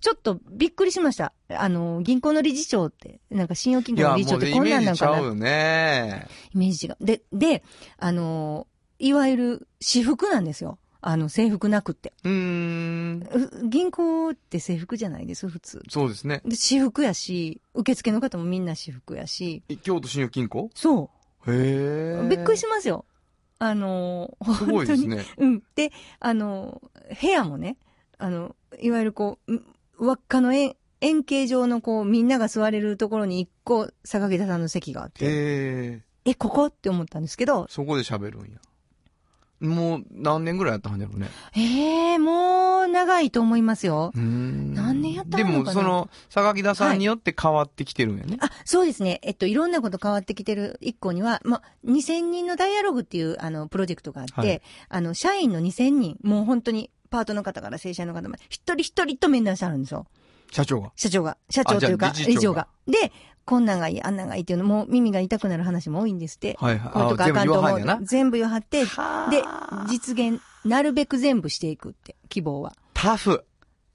ちょっとびっくりしました。あの、銀行の理事長って、なんか信用金
い
庫の
や
理事長
も
っ
う
て
イ
こん
メ
なん
ー
な
ジ
ん
ち
か
ゃ
な
うよね
イメージが。で、で、あの、いわゆる私服なんですよ。あの、制服なくって。
うーん
う銀行って制服じゃないです、普通。
そうですね
で、私服やし、受付の方もみんな私服やし、
い京都信用金庫
そ
へえ
う。びっくりしますよ。あの、
す
本当に。
ごいですね
うん。で、あの、部屋もね、あの、いわゆるこう、ん輪っかの円、円形状のこう、みんなが座れるところに一個、坂木田さんの席があって、
ええ
え、ここって思ったんですけど、
そこで喋るんや。もう何年ぐらいやったんやろね。
ええもう、長いと思いますよ。
何
何年やったんやろかな
でも、その、坂木田さんによって変わってきてるんやね。
あ、そうですね。えっと、いろんなこと変わってきてる一個には、ま、2000人のダイアログっていう、あの、プロジェクトがあって、
はい
あの、社員の2000人、もう本当に、パートの方から正社員の方まで、一人一人と面談してあるんですよ。
社長が。
社長が。社長という
あ
か、
じゃあ
理
理事
事
長
長
が
が。で、こんなんがいい、あんなんがいいっていうのも、耳が痛くなる話も多いんですって。
はいはい
こういうとこあかんと
あ全部言わは
思
ん
う
やな。
全部言わはって、で
はあ、
実現、なるべく全部していくって、希望は。
タフ。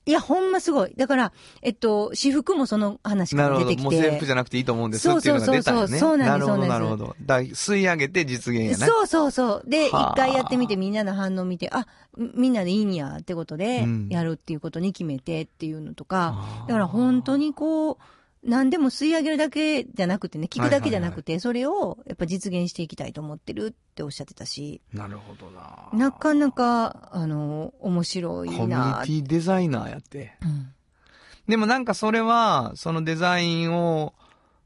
いや、ほんますごい。だから、えっと、私服もその話か
なる
ら
ほ
出
ど。
てき
も
て。
う制服じゃなくていいと思うんです
そ
っ
う
ていう
そう
のが
そ
出
う
たん
そ
や
う
ね。
そうなんです
るほ
そ
ど、
うな
なん
で
る
す
ほど。だ吸い上げて実現やね。
そうそうそう。で、
はあ
一回やってみてみんなの反応見て、あ、みんなでいいんやってことで
うん、
やるっていうことに決めてっていうのと
あ
か
ー、
だから本当にこう、何でも吸い上げるだけじゃなくてね、聞くだけじゃなくて、それをやっぱ実現していきたいと思ってるっておっしゃってたし、
なるほどな。
なかなか、あの、面白
コ
い
ミュ
な
ニティデザイナーやって。
うん
でもなんかそれは、そのデザインを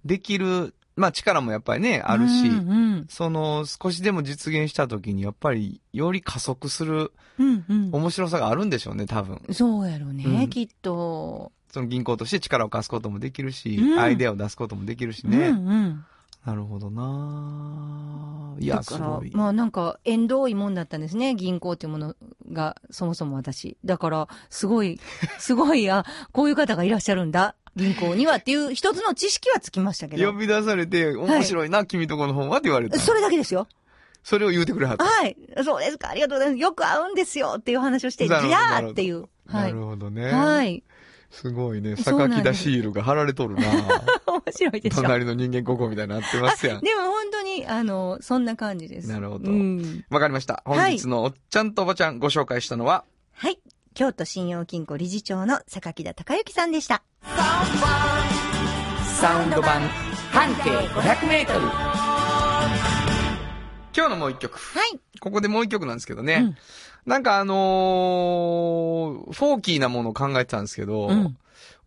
できる、まあ力もやっぱりね、あるし、
うんうん
その少しでも実現した時にやっぱりより加速する
うんうん
面白さがあるんでしょうね、多分。
そうやろね、
うん
きっと。
その銀行として力を貸すこともできるし、
うん
アイデアを出すこともできるしね。
うんうん
なるほどないや、
だ
す
から
ごい。、
まあなんか、縁遠いもんだったんですね、銀行っていうものが、そもそも私。だから、すご い、すごい、あ、こういう方がいらっしゃるんだ、銀行にはっていう一つの知識はつきましたけ
呼
ど。
び出されて、面白いな、君とこの本はって言われた。
それだけですよ。
それを言うてくれはった。
はい。そうですか、ありがとうございます。よく会うんですよっていう話をして、じ
なるほど
ゃ
な
あ
るほど
っていう。は
ないる。ほどね。
はい。
すごいね。
そうなん
榊
です
田シールが貼られとるな
面白 いでしょ。
隣の人間ここみたいになってますやん。
でも本当に、あの、そんな感じです。
なるほど
うん
わかりました。本日のおっちゃんとおばちゃんご紹介したのは、
はい。京都信用金庫理事長の榊田隆之さんでした。
サウンド版半径500メートル
今日のもう一曲。
はい。
ここでもう一曲なんですけどね。なんかあのー、フォーキーなものを考えてたんですけど、
うん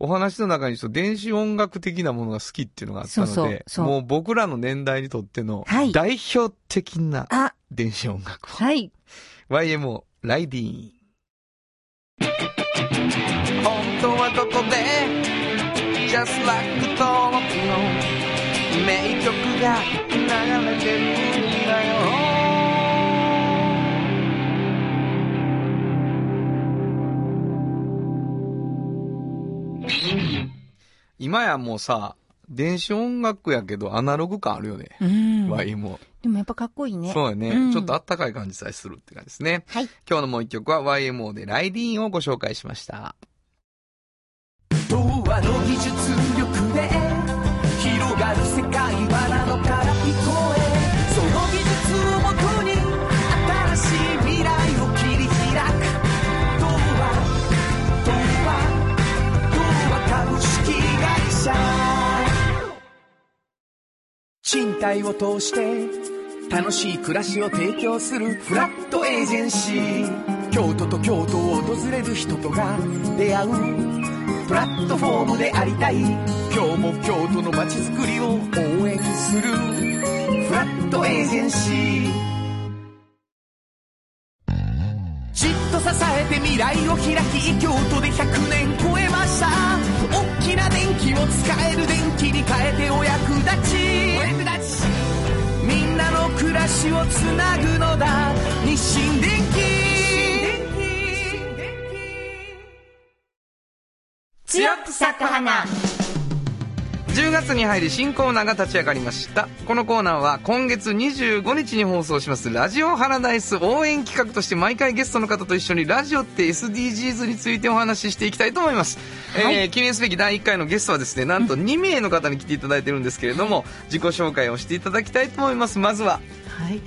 お話の中にちょっと電子音楽的なものが好きっていうのがあったので、
そうそうそう
もう僕らの年代にとっての
はい
代表的な
あ、
電子音楽を、
はい。
YMO ライディーン。本当はどこで Just like 登録の名曲が流れてるんだよ今やもうさ電子音楽やけどアナログ感あるよね、
うん。
YMO
でもやっぱかっこいいね。
そうやね、
うん
ちょっとあったかい感じさえするって感じですね。
はい
今日のもう一曲は YMO でライディーンをご紹介しました。
童話の技術力で広がる世界はなのから聞こえその技術をもとに新しい未来を切り開く童話童話童話株式会社賃貸を通して楽しい暮らしを提供するフラットエージェンシー京都と京都を訪れる人とが出会うプラットフォームでありたい今日も京都の街づくりを応援するフラットエージェンシーじっと支えて未来を開き京都で100年超えました大きな電気を使える電気に変えてお役立ちお役立ちみんなの暮らしをつなぐのだ日清電気
強く咲く花
10月に入り新コーナーが立ち上がりました。このコーナーは今月25日に放送しますラジオハラダイス応援企画として毎回ゲストの方と一緒にラジオって SDGs についてお話ししていきたいと思います。えー記念すべき第1回のゲストはですね、なんと2名の方に来ていただいてるんですけれども、自己紹介をしていただきたいと思います。まずは、
はい。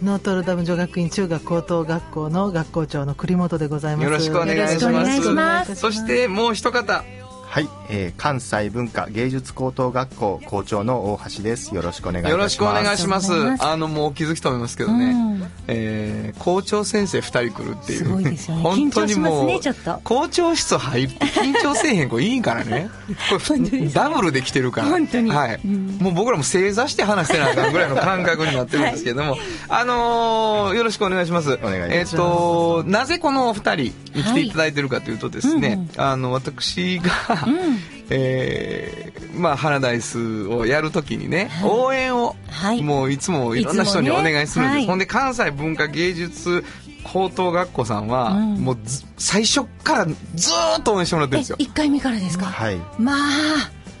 ノートルダム女学院中学高等学校の学校長の栗本でございます。
よろしくお願いしま
よ
す。
ろしくお願いします
そしてもう一方、
はい、えー関西文化芸術高等学校校長の大橋ですよろしくお願いいた
よ
します
ろしくお願いします
ありがとうございます
あのもうお気づきと思いますけどね、えー校長先生2人来るっていう
すごいですよね
本当にもう
緊張しますねちょっと
校長室入って緊張せえへん子いいか らねこれダブルで来てるから
本当に
はいもう僕らも正座して話してなあかんぐらいの感覚になってるんですけども、あのーよろしくお願いしますお
願いします
えっ、となぜこのお二人に来ていただいてるかというとです
は
ね、
いうんうん
あの私が、 えーまあ、ハラダイスをやるときにね、応援を、
はい
もういつもいろんな人に
い
お
つもね
願いするんです、
はい
ほんで関西文化芸術高等学校さんは、
うん
もうず最初からずーっと応援してもらってるんですよ
1回目からですか、
はい
まあ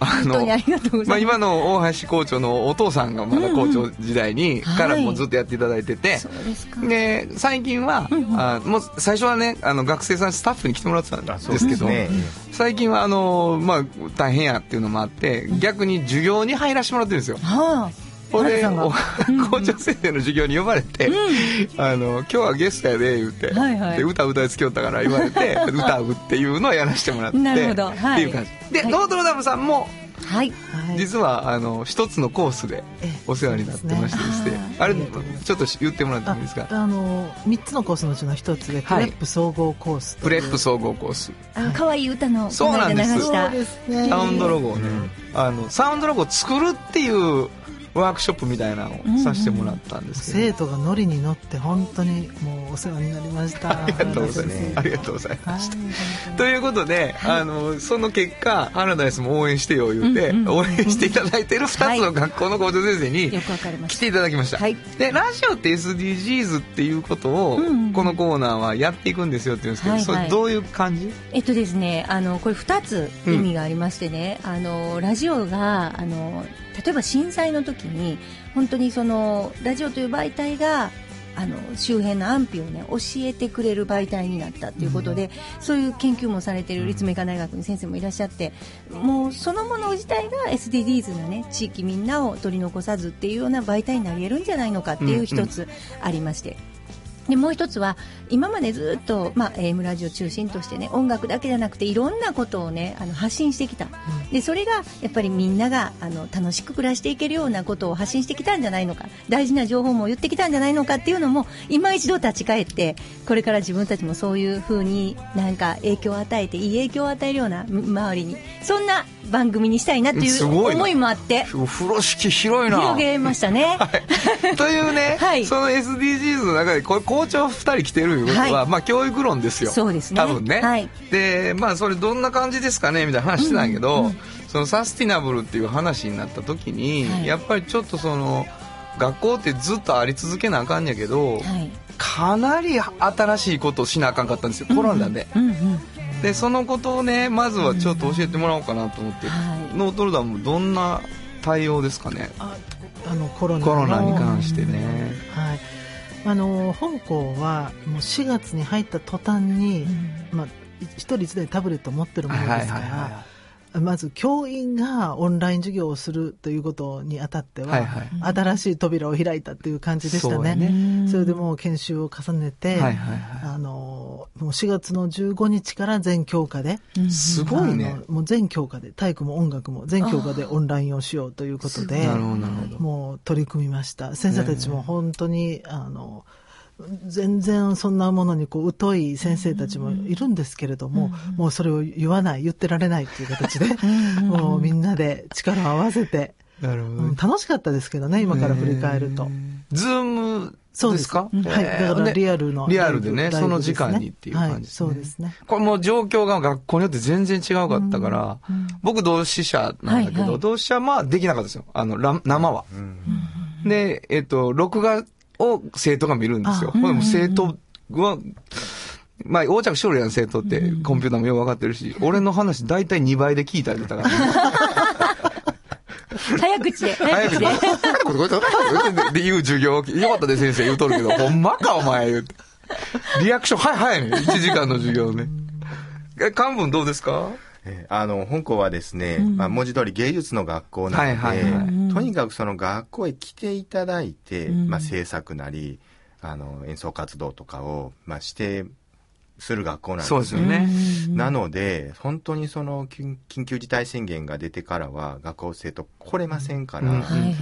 あ
本当にありがとうご
まあ、
ざいます、
今の大橋校長のお父さんがまだ校長時代に、
うんうん
からもうずっとやっていただいてて、
そうですか
で最近は、あもう最初はねあの学生さんスタッフに来てもらってたん
あ
で
そうですす
け
け
ど
どね
最近はあの、まあ、大変やっていうのもあって逆に授業に入らせてもらってるんですよ
はあ
ほんで
原田さんが
お 校長先生の授業に呼ばれて「あの今日はゲストやで」言って、
はいはい
で歌歌いつきよったから言わ れて歌うっていうのをやらせてもらって
なるほどはい
っていう感じで、
はい
ノートロダムさんも
はい
はい
実はあの一つのコースで
ええ
お世話になってましてですねあれちょっと言ってもらって
あ
もいいですか
あの3つのコースのうちの1つでプ
は
レ
い
ップ総合コースと
プレップ総合コース
あの可愛い歌の
そうなんです
この間
そう
流し
ですね
サウンドロゴをね、あのサウンドロゴを作るっていうワークショップみたいなのをさせてもらったんですけど、
生徒がノリに乗って本当にもうお世話になりましたあり
ありがとうございます、ありがとうございました、ということで、あのその結果ハラダイスも応援してよ言って、応援していただいてる2つの学校の校長先生に、
たよくわかりま
来
した
ていただきました、
はい
でラジオって SDGs っていうことを、
んうん
このコーナーはやっていくんですよって言うんですけど、
はいはい
それどういう感じ
えっとですね、あの、これ二つ意味がありましてね、あの、ラジオが、あの、例えば震災の時に、本当にその、ラジオという媒体が、あの、周辺の安否をね、教えてくれる媒体になったということで、そういう研究もされている立命館大学の先生もいらっしゃって、もうそのもの自体が SDGs のね、地域みんなを取り残さずっていうような媒体になり得るんじゃないのかっていう一つありまして、でもう一つは今までずっと、まあ、AM ラジオ中心としてね音楽だけじゃなくていろんなことをねあの発信してきた、でそれがやっぱりみんながあの楽しく暮らしていけるようなことを発信してきたんじゃないのか大事な情報も言ってきたんじゃないのかっていうのも今一度立ち返ってこれから自分たちもそういうふうになんか影響を与えていい影響を与えるような周りにそんな番組にしたいなって
うん
い
す
う
ごいな
思いもあって
風呂敷広い
広げましたね。
というね、
はい
その SDGs の中でこれ校長2人来てるいうことは、
は
まあ教育論ですよ
そうですね
多分ね、
はい
でまあそれどんな感じですかねみたいな話してたんやけど、そのサスティナブルっていう話になった時に、
はい
やっぱりちょっとその学校ってずっとあり続けなあかんやけど、
はい
かなり新しいことをしなあかんかったんですよコロナで、
うんうん
でそのことをねまずはちょっと教えてもらおうかなと思って、
はい
ノートルダムどんな対応ですかね
ああのコロナの
コロナに関してね
はいあの本校はもう4月に入った途端に、まあ、一人一台タブレットを持ってるものですから、まず教員がオンライン授業をするということにあたっては、
はいはい
新しい扉を開いたという感じでした
そうや
ね。
ね
それでもう研修を重ねて、
はいはいは
あのもう4月の15日から全教科で、
いすごいね
あのもう全教科で体育も音楽も全教科でオンラインをしようということで
なるほどなるほど
もう取り組みました先生たちも本当に、あの全然そんなものにこう疎い先生たちもいるんですけれども、もうそれを言わない言ってられないっていう 形でもうみんなで力を合わせて、
なるほ
うん楽しかったですけどね今から振り返ると。
ズーム
そう
で
ですす
か
うんはい
えー
だから
で
リアルの
リアルで
ラ
ね
イブ
その時間にっていう感じですね、
はいそうですね
これもう状況が学校によって全然違うかったから、僕同志社なんだけど、
はいはい
同志社はまあできなかったですよ。あの、ら生は。で、えっ、と、録画を生徒が見るんですよ。ほんでもう生徒は、まあ、横着しょるやん、生徒って、コンピューターもよくわかってるし、俺の話大体2倍で聞いたりだから、
早口で早
早く
口
で
で。
これこれこれこれっていう授業、よかったで先生言うとるけど、ほんまかお前言うて。リアクション、はいはいね。1時間の授業ね。え、漢文どうですか
えーあの本校はですね、まあ、文字通り芸術の学校なので、
はいはいはい
とにかくその学校へ来ていただいて、まあ、制作なりあの演奏活動とかを、まあ、してする学校なんです
そうですよね。
なので、本当にその緊緊急事態宣言が出てからは学校生徒来れませんから、
うん
はいは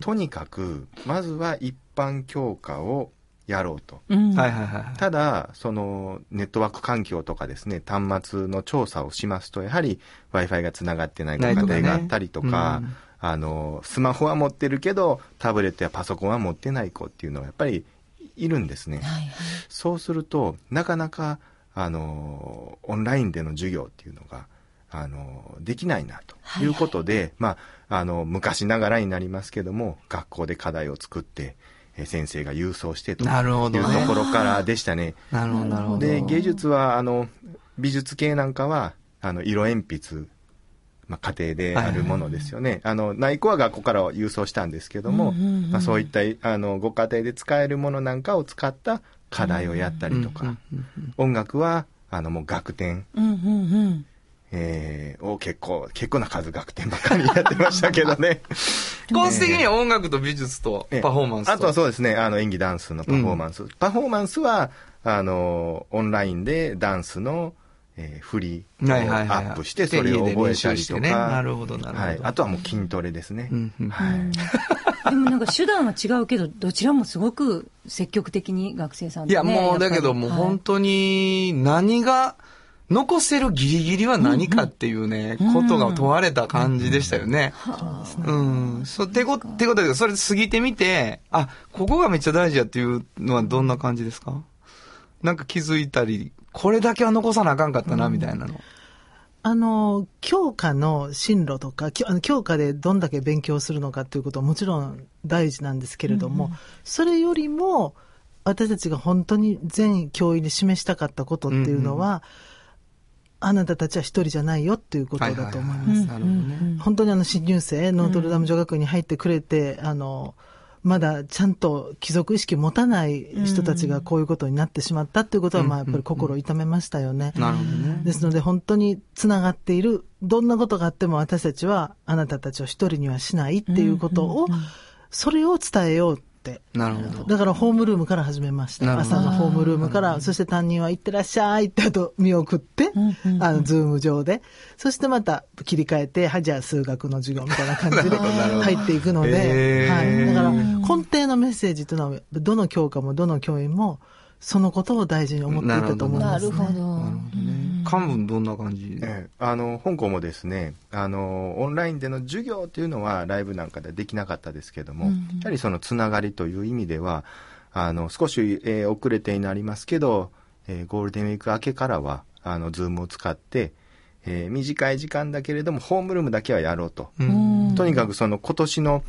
とにかく、まずは一般教科をやろうと。
い。うん
はいはいはい。
ただ、そのネットワーク環境とかですね、端末の調査をしますと、やはり Wi-Fi がつながってないご家
ない
庭
とかね
があったりとか、
うん
あの、スマホは持ってるけど、タブレットやパソコンは持ってない子っていうのはやっぱりいるんですね。
はいはい
そうすると、なかなか、あの、オンラインでの授業っていうのが、あの、できないな、ということで、まあ、あの、昔ながらになりますけども、学校で課題を作って、え先生が郵送してという
な
と
るほどね
ころからでしたね。
なるほど、なるほど。
で、芸術は、あの、美術系なんかは、あの、色鉛筆、まあ、家庭であるものですよね。あの、ない子は学校から郵送したんですけども、まあ、そういった、あの、ご家庭で使えるものなんかを使った課題をやったりとか、
うん
音楽は、あの、もう楽天、
うんうんうん。
えーを結構、結構な数楽天ばかりやってましたけどね。
コース的には音楽と美術と
ええ
パフォーマンスと。
あとはそうですね、あの演技ダンスのパフォーマンス。パフォーマンスは、あの、オンラインでダンスの、えー振りをア
はいはいはい
ップして、それを覚えたり
で
と
家で練習して
か。
ねなるほどなるほど
はい。あとはもう筋トレですね。
うんうん
はい。
でもなんか手段は違うけど、どちらもすごく積極的に学生さん
いや、
とね
もう、
や
だ
っぱり
けど、もう
はい
本当に、何が、残せるギリギリは何かっていうね、ことが問われた感じでしたよね。うん。そう、てこ、てことだけど、それ過ぎてみて、あ、ここがめっちゃ大事やっていうのはどんな感じですかなんか気づいたり、これだけは残さなあかんかったな、みたいなの。
あの、教科の進路とか、きょあの教科でどんだけ勉強するのかということはもちろん大事なんですけれども、それよりも、私たちが本当に全教員に示したかったことっていうのは、あなたたちは一人じゃないよっていうことだと思います。
なるほどね。
本当にあの新入生、ノートルダム女学院に入ってくれて、あの、まだちゃんと貴族意識持たない人たちがこういうことになってしまったっていうことは、まあやっぱり心を痛めましたよね。
なるほどね。
ですので本当につながっているどんなことがあっても私たちはあなたたちを一人にはしないっていうことを、それを伝えようって
なるほど。
だからホームルームから始めまし
な
た
るほど
朝のホームルームからそして担任は「行ってらっしゃい」ってあと見送って、あのズーム上でそしてまた切り替えて「はいじゃあ数学の授業」みたいな感じで入っていくので、
へー
はい、だから根底のメッセージというのはどの教科もどの教員もそのことを大事に思っていたと思い
な
ます、
る
ね。
ほど。
漢文どんな感じ
ええあの、香港もですね、あの、オンラインでの授業っていうのはライブなんかではできなかったですけども、やはりそのつながりという意味では、あの、少し、えー遅れてになりますけど、えーゴールデンウィーク明けからは、あの、ズームを使って、えー短い時間だけれども、ホームルームだけはやろうと。とにかくその今年の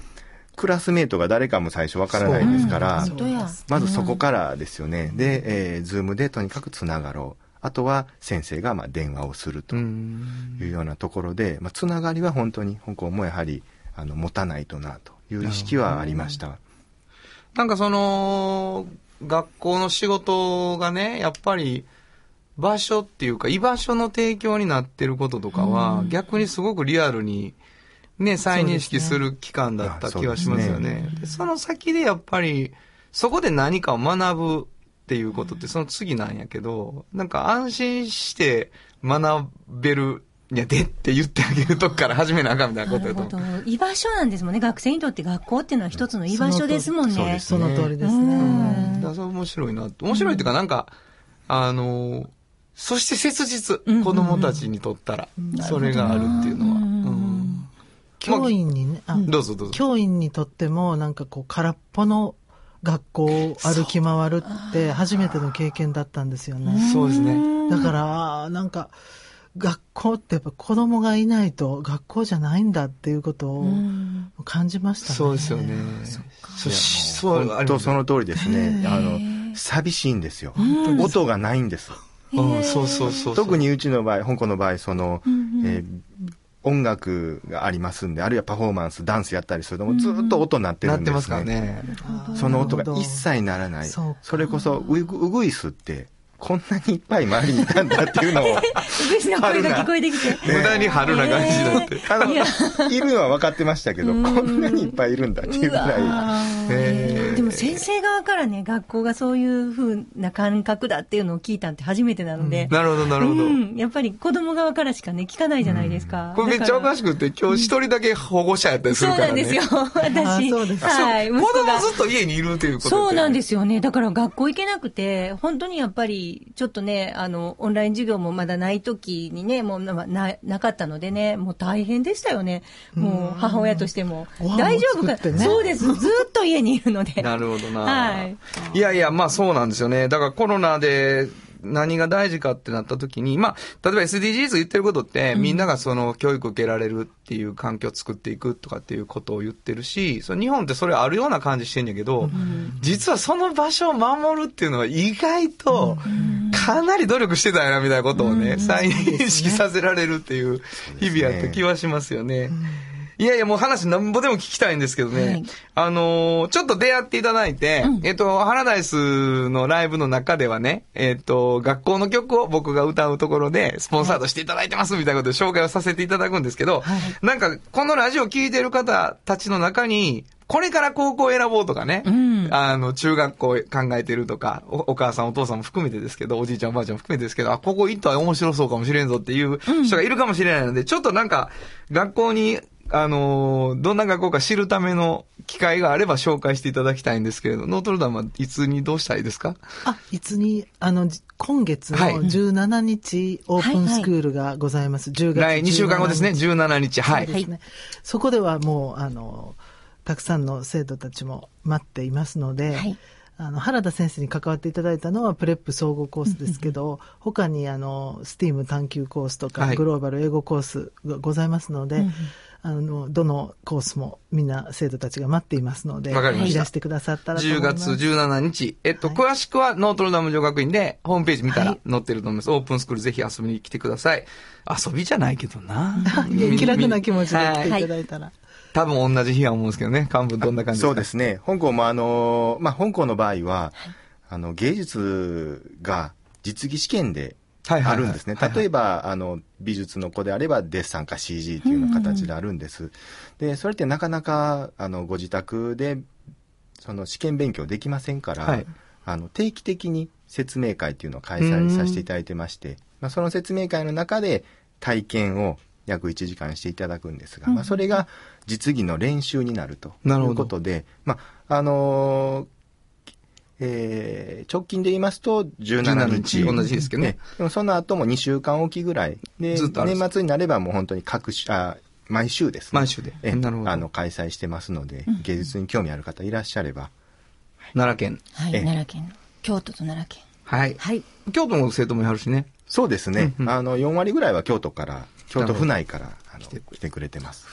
クラスメートが誰かも最初わからないですから、
本当や。
まずそこからですよね。で、えー、ズームでとにかくつながろう。あとは先生がまあ電話をすると
うん。
いうようなところで、まあ、つながりは本当に香港もやはりあの持たないとなという意識はありました。
なんかその、学校の仕事がね、やっぱり、場所っていうか、居場所の提供になってることとかは、逆にすごくリアルに、ね、再認識する期間だった気はしますよね。でその先でやっぱり、そこで何かを学ぶっていうことって、その次なんやけど、なんか安心して学べる、いや、でって言ってあげるとこから始めなあかんみたいな
な
こと
る
やと
ほ
思う
ど。居場所なんですもんね。学生にとって学校っていうのは一つの居場所ですもんね。
そうです
その通りですね、
だからそれ面白いな面白いっていうかなんか、あのーそして切実、子供たちにとったら、それがあるっていうのは、うん
教員にね、あ
どうぞどうぞ
教員にとってもなんかこう空っぽの学校を歩き回るって初めての経験だったんですよね。
そうですね
だから、あーなんか学校ってやっぱ子供がいないと学校じゃないんだっていうことを感じましたね。
そうですよねそうしそうあ
本
り
当
ます
そ
ね
の通りですね。あの寂しいんですよ。音がないんです。
うんそうそうそうそう
特にうちの場合、香港の場合、その、えー音楽がありますんで、あるいはパフォーマンス、ダンスやったりするとも、ずーっと音鳴ってる
なっ
んです、ね
てますからね
その音が一切ならない。
そう
そ
か
れこそウイグ、ウグイスって、こんなにいっぱい周りにいたんだっていうの
ウ
を、
グイスの声が聞こえてきて。
無駄に春な感じだって、
あの、いるのは分かってましたけど、こんなにいっぱいいるんだっていうぐらい、へー
でも先生側からね、学校がそういう風な感覚だっていうのを聞いたんって初めてなので。
なるほど、なるほど。
うん、やっぱり子供側からしかね、聞かないじゃないですか。
これめっちゃおか
しい。
しくて、今日一人だけ保護者やったりす
そう
るか
な
ら
ん
ね。
ですよ、私。
そうです
はい、
子
息子が
供ずっと家にいるということ。
そうなんですすよね。だから学校行けなくて、本当にやっぱり、ちょっとね、あの、オンライン授業もまだない時にね、もうな、ななかったのでね、もう大変でしたよね。もう母親としても
ご飯も。
大丈夫
作
か、
ってね
そうです。ずっと家にいるので。
なるほどな。
はい。
いやいや、まあそうなんですよね。だからコロナで何が大事かってなった時に、まあ、例えば SDGs 言ってることって、みんながその教育受けられるっていう環境を作っていくとかっていうことを言ってるし、その日本ってそれあるような感じしてんやけど、実はその場所を守るっていうのは意外と、かなり努力してたんやなみたいなことをね、再認識させられるっていう日々やった気はしますよね。いやいや、もう話なんぼでも聞きたいんですけどね。
はい
あのーちょっと出会っていただいて、えっと、ハラダイスのライブの中ではね、えっと、学校の曲を僕が歌うところで、スポンサードしていただいてますみたいなことで紹介をさせていただくんですけど、なんか、このラジオ聴いてる方たちの中に、これから高校選ぼうとかね、
ん
あの、中学校考えてるとかお、お母さんお父さんも含めてですけど、おじいちゃんおばあちゃんも含めてですけど、あ、ここ行ったら面白そうかもしれんぞっていう人がいるかもしれないので、ちょっとなんか、学校に、あのーどんな学校か知るための機会があれば紹介していただきたいんですけれど、ノートルダムはいつにどうしたらいいですか
あ、いつに、あの、じ今月の
はい
17日オープンスクールがございます。10月
来、2週間後ですね、
17
17日。はい。
ですね。そこではもう、あの、たくさんの生徒たちも待っていますので、
はい
あの、原田先生に関わっていただいたのはプレップ総合コースですけど、他にあの、スティーム探求コースとか、
はい
グローバル英語コースがございますので、あの、どのコースもみんな生徒たちが待っていますので、
わかりました
いらしてくださったらと思い
10
ます。
月17日。えっと、
はい
詳しくはノートルダム女学院でホームページ見た
は
ら
い。
載ってると思います。オープンスクールぜひ遊びに来てください。遊びじゃないけどな
いや気楽な気持ちで来
はい
ていただいたら。
多分同じ日は思うんですけどね。幹部どんな感じですか
そうですね。香港もあの、まあ、香港の場合は、あの、芸術が実技試験で
はいはいは
あ
い
るんですね。
はいはい
例えば、あの、美術の子であれば、デッサンか CG というような形であるんです。で、それってなかなか、あの、ご自宅で、その試験勉強できませんから、
はい
あの、定期的に説明会っていうのを開催させていただいてまして、まあ、その説明会の中で体験を約1時間していただくんですが、まあ、それが実技の練習になるとい
なるほ
う
ど
ことで、まあ、あのーえー直近で言いますと17
17
日
日同じですけどね
でもその後も2週間おきぐらいで
ずっとあるんです
年末になればもう本当に各週あ毎週です、ね、
毎週で
ええ
なるほど
あの開催してますので芸術に興味ある方いらっしゃれば、
奈良県。
はい、
ええ
奈良県。京都と奈良県。
はい。
はい。
京都の生徒もやるしね。
そうですね、
うんうん
あの4割ぐらいは京都から京都府内からあの
て
来てくれてます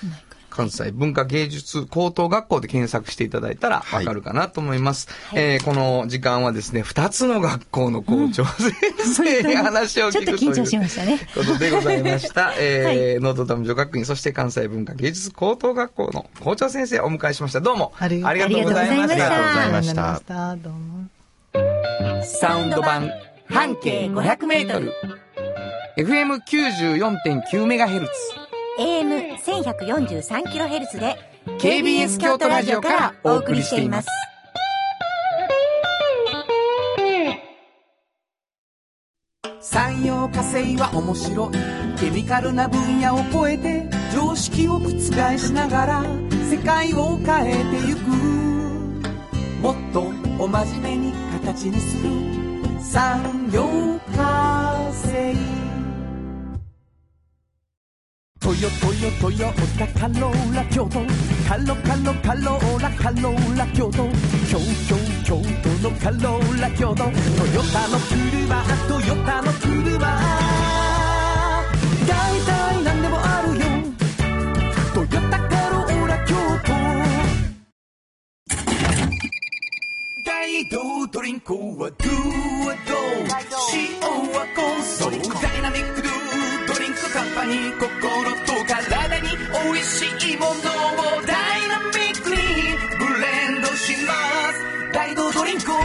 関西文化芸術高等学校で検索していただいたらわ
はい
かるかなと思います。えーこの時間はですね、2つの学校の校長先生に話を聞くという、
ちょっと緊張しましたね
ということでございま した。えー、ノートダム女学院、そして関西文化芸術高等学校の校長先生をお迎えしました。どうもあ
あ
り
り
がとうございま
あ
し
りがとうございました
た。
ありがとうございま
ござ
し
いまし
た
た。
サ
どうも。
ウンド版半径500メートル FM94.9 メガヘルツ
AM1143kHz で
KBS 京都ラジオからお送りしています。
産業化成は面白いケミカルな分野を超えて常識を覆しながら世界を変えてゆくもっとお真面目に形にする産業化成トヨトヨトヨタカローラ京都カロカロカローラカローラ京都京京京都のカローラ京都トヨタの車トヨタの車だいたいなんでもあるよトヨタカローラ京都大道ドリンクはドゥはドゥ塩はコンソーダイナミックドゥドリンクカンパニー心と体に美味しいものをダイナミックにブレンドします大道ドリンクをう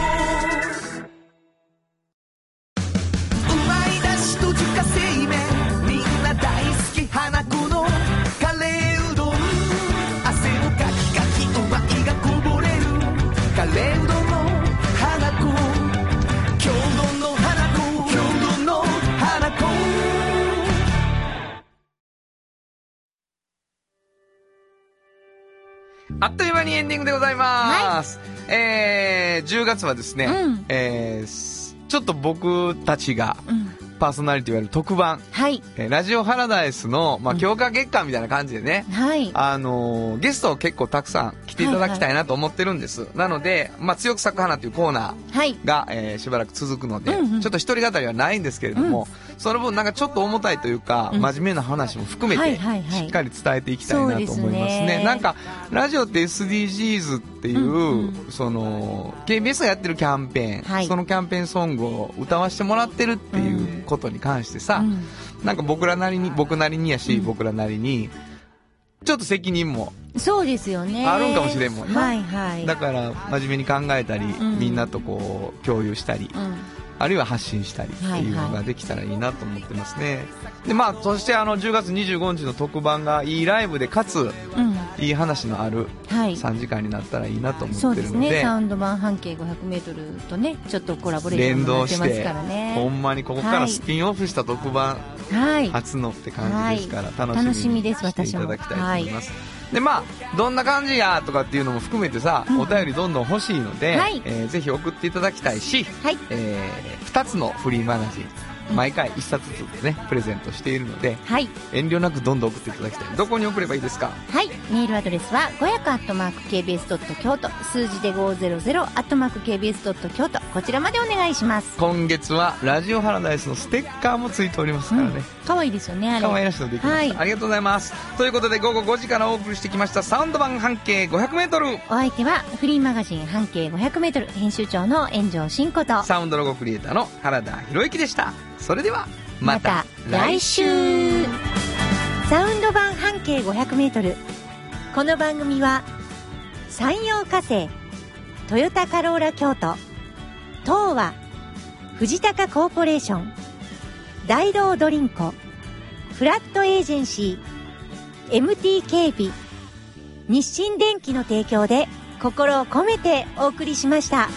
まいだしと自家製麺みんな大好き花子のカレーうどん汗をかきかきうまいがこぼれる
あっという間にエンディングでございます。えー、10月はですね、
うん
えーすちょっと僕たちが
うん
パーソナリティをやる特番、
はい。
えーラジオハラダイスの、まあ、強化月間みたいな感じでね、
はい。
あのーゲストを結構たくさん来ていただきたいなと思ってるんです。なので、まあ、強く咲く花というコーナ
はい。
ーが、えーしばらく続くので、
うんうん
ちょっと一人語りはないんですけれども、その分なんかちょっと重たいというか、
うん
真面目な話も含め
はい
て、
はいはい
しっかり伝えていきたいなと思います
そうで
ね。
すね
なんか、ラジオって SDGs っていう、
うん
その、KBS がやってるキャンペーン、
はい
そのキャンペーンソングを歌わせてもらってるっていうことに関してさ、
うん
なんか僕らなりに、僕なりにやし、僕らなりに、ちょっと責任も、
そうですよね。
あるんかもしれんもんな
はいはい。
だから真面目に考えたり、
ん
みんなとこう共有したり、
うん。
あるいは発信したりって
はいはい
いうのができたらいいなと思ってますね。で、まあ、そしてあの10月25日の特番がいいライブで、かつ
うん。
いい話のある
はい。
3時間になったらいいなと
そ
思っ
う
て
で
る
す
の
ね。
で
サ、ウンド版半径500メートルとね、ちょっとコラボレーションもやってますから
ほ
ね。
んまにここからスピンオフした特番
はい。
初のって感じですから、楽
楽
し
しみ
みに
です
してい
私も
ただきたいと思います。で、まあ、どんな感じやとかっていうのも含めてさ、お便りどんどん欲しいので、
はい
えーぜひ送っていただきたいし、
はい。
え2つのフリーマガジン、毎回1冊ずつね、プレゼントしているので、
はい。
遠慮なくどんどん送っていただきたい。どこに送ればいいですか
はい。メールアドレスは、5 0 0 k b s k y o t 数字で5 0 0 k b s k y o t こちらまでお願いします。
今月は、ラジオハラダイスのステッカーもついておりますからね。
かわいいですよね、あれ。
可愛らしいのできました、
はい
ありがとうございます。ということで、午後5時からお送りしてきました、サウンド版半径500メートル。
お相手は、フリーマガジン半径500メートル編集長の炎上真子と、
サウンドロゴクリエイターの原田博之でした。それでは、また来週
サウンド版半径500メートル。この番組は、山陽火星、トヨタカローラ京都、東和、藤高コーポレーション、大道ドリンコ、フラットエージェンシー、MT 警備、日清電機の提供で心を込めてお送りしました。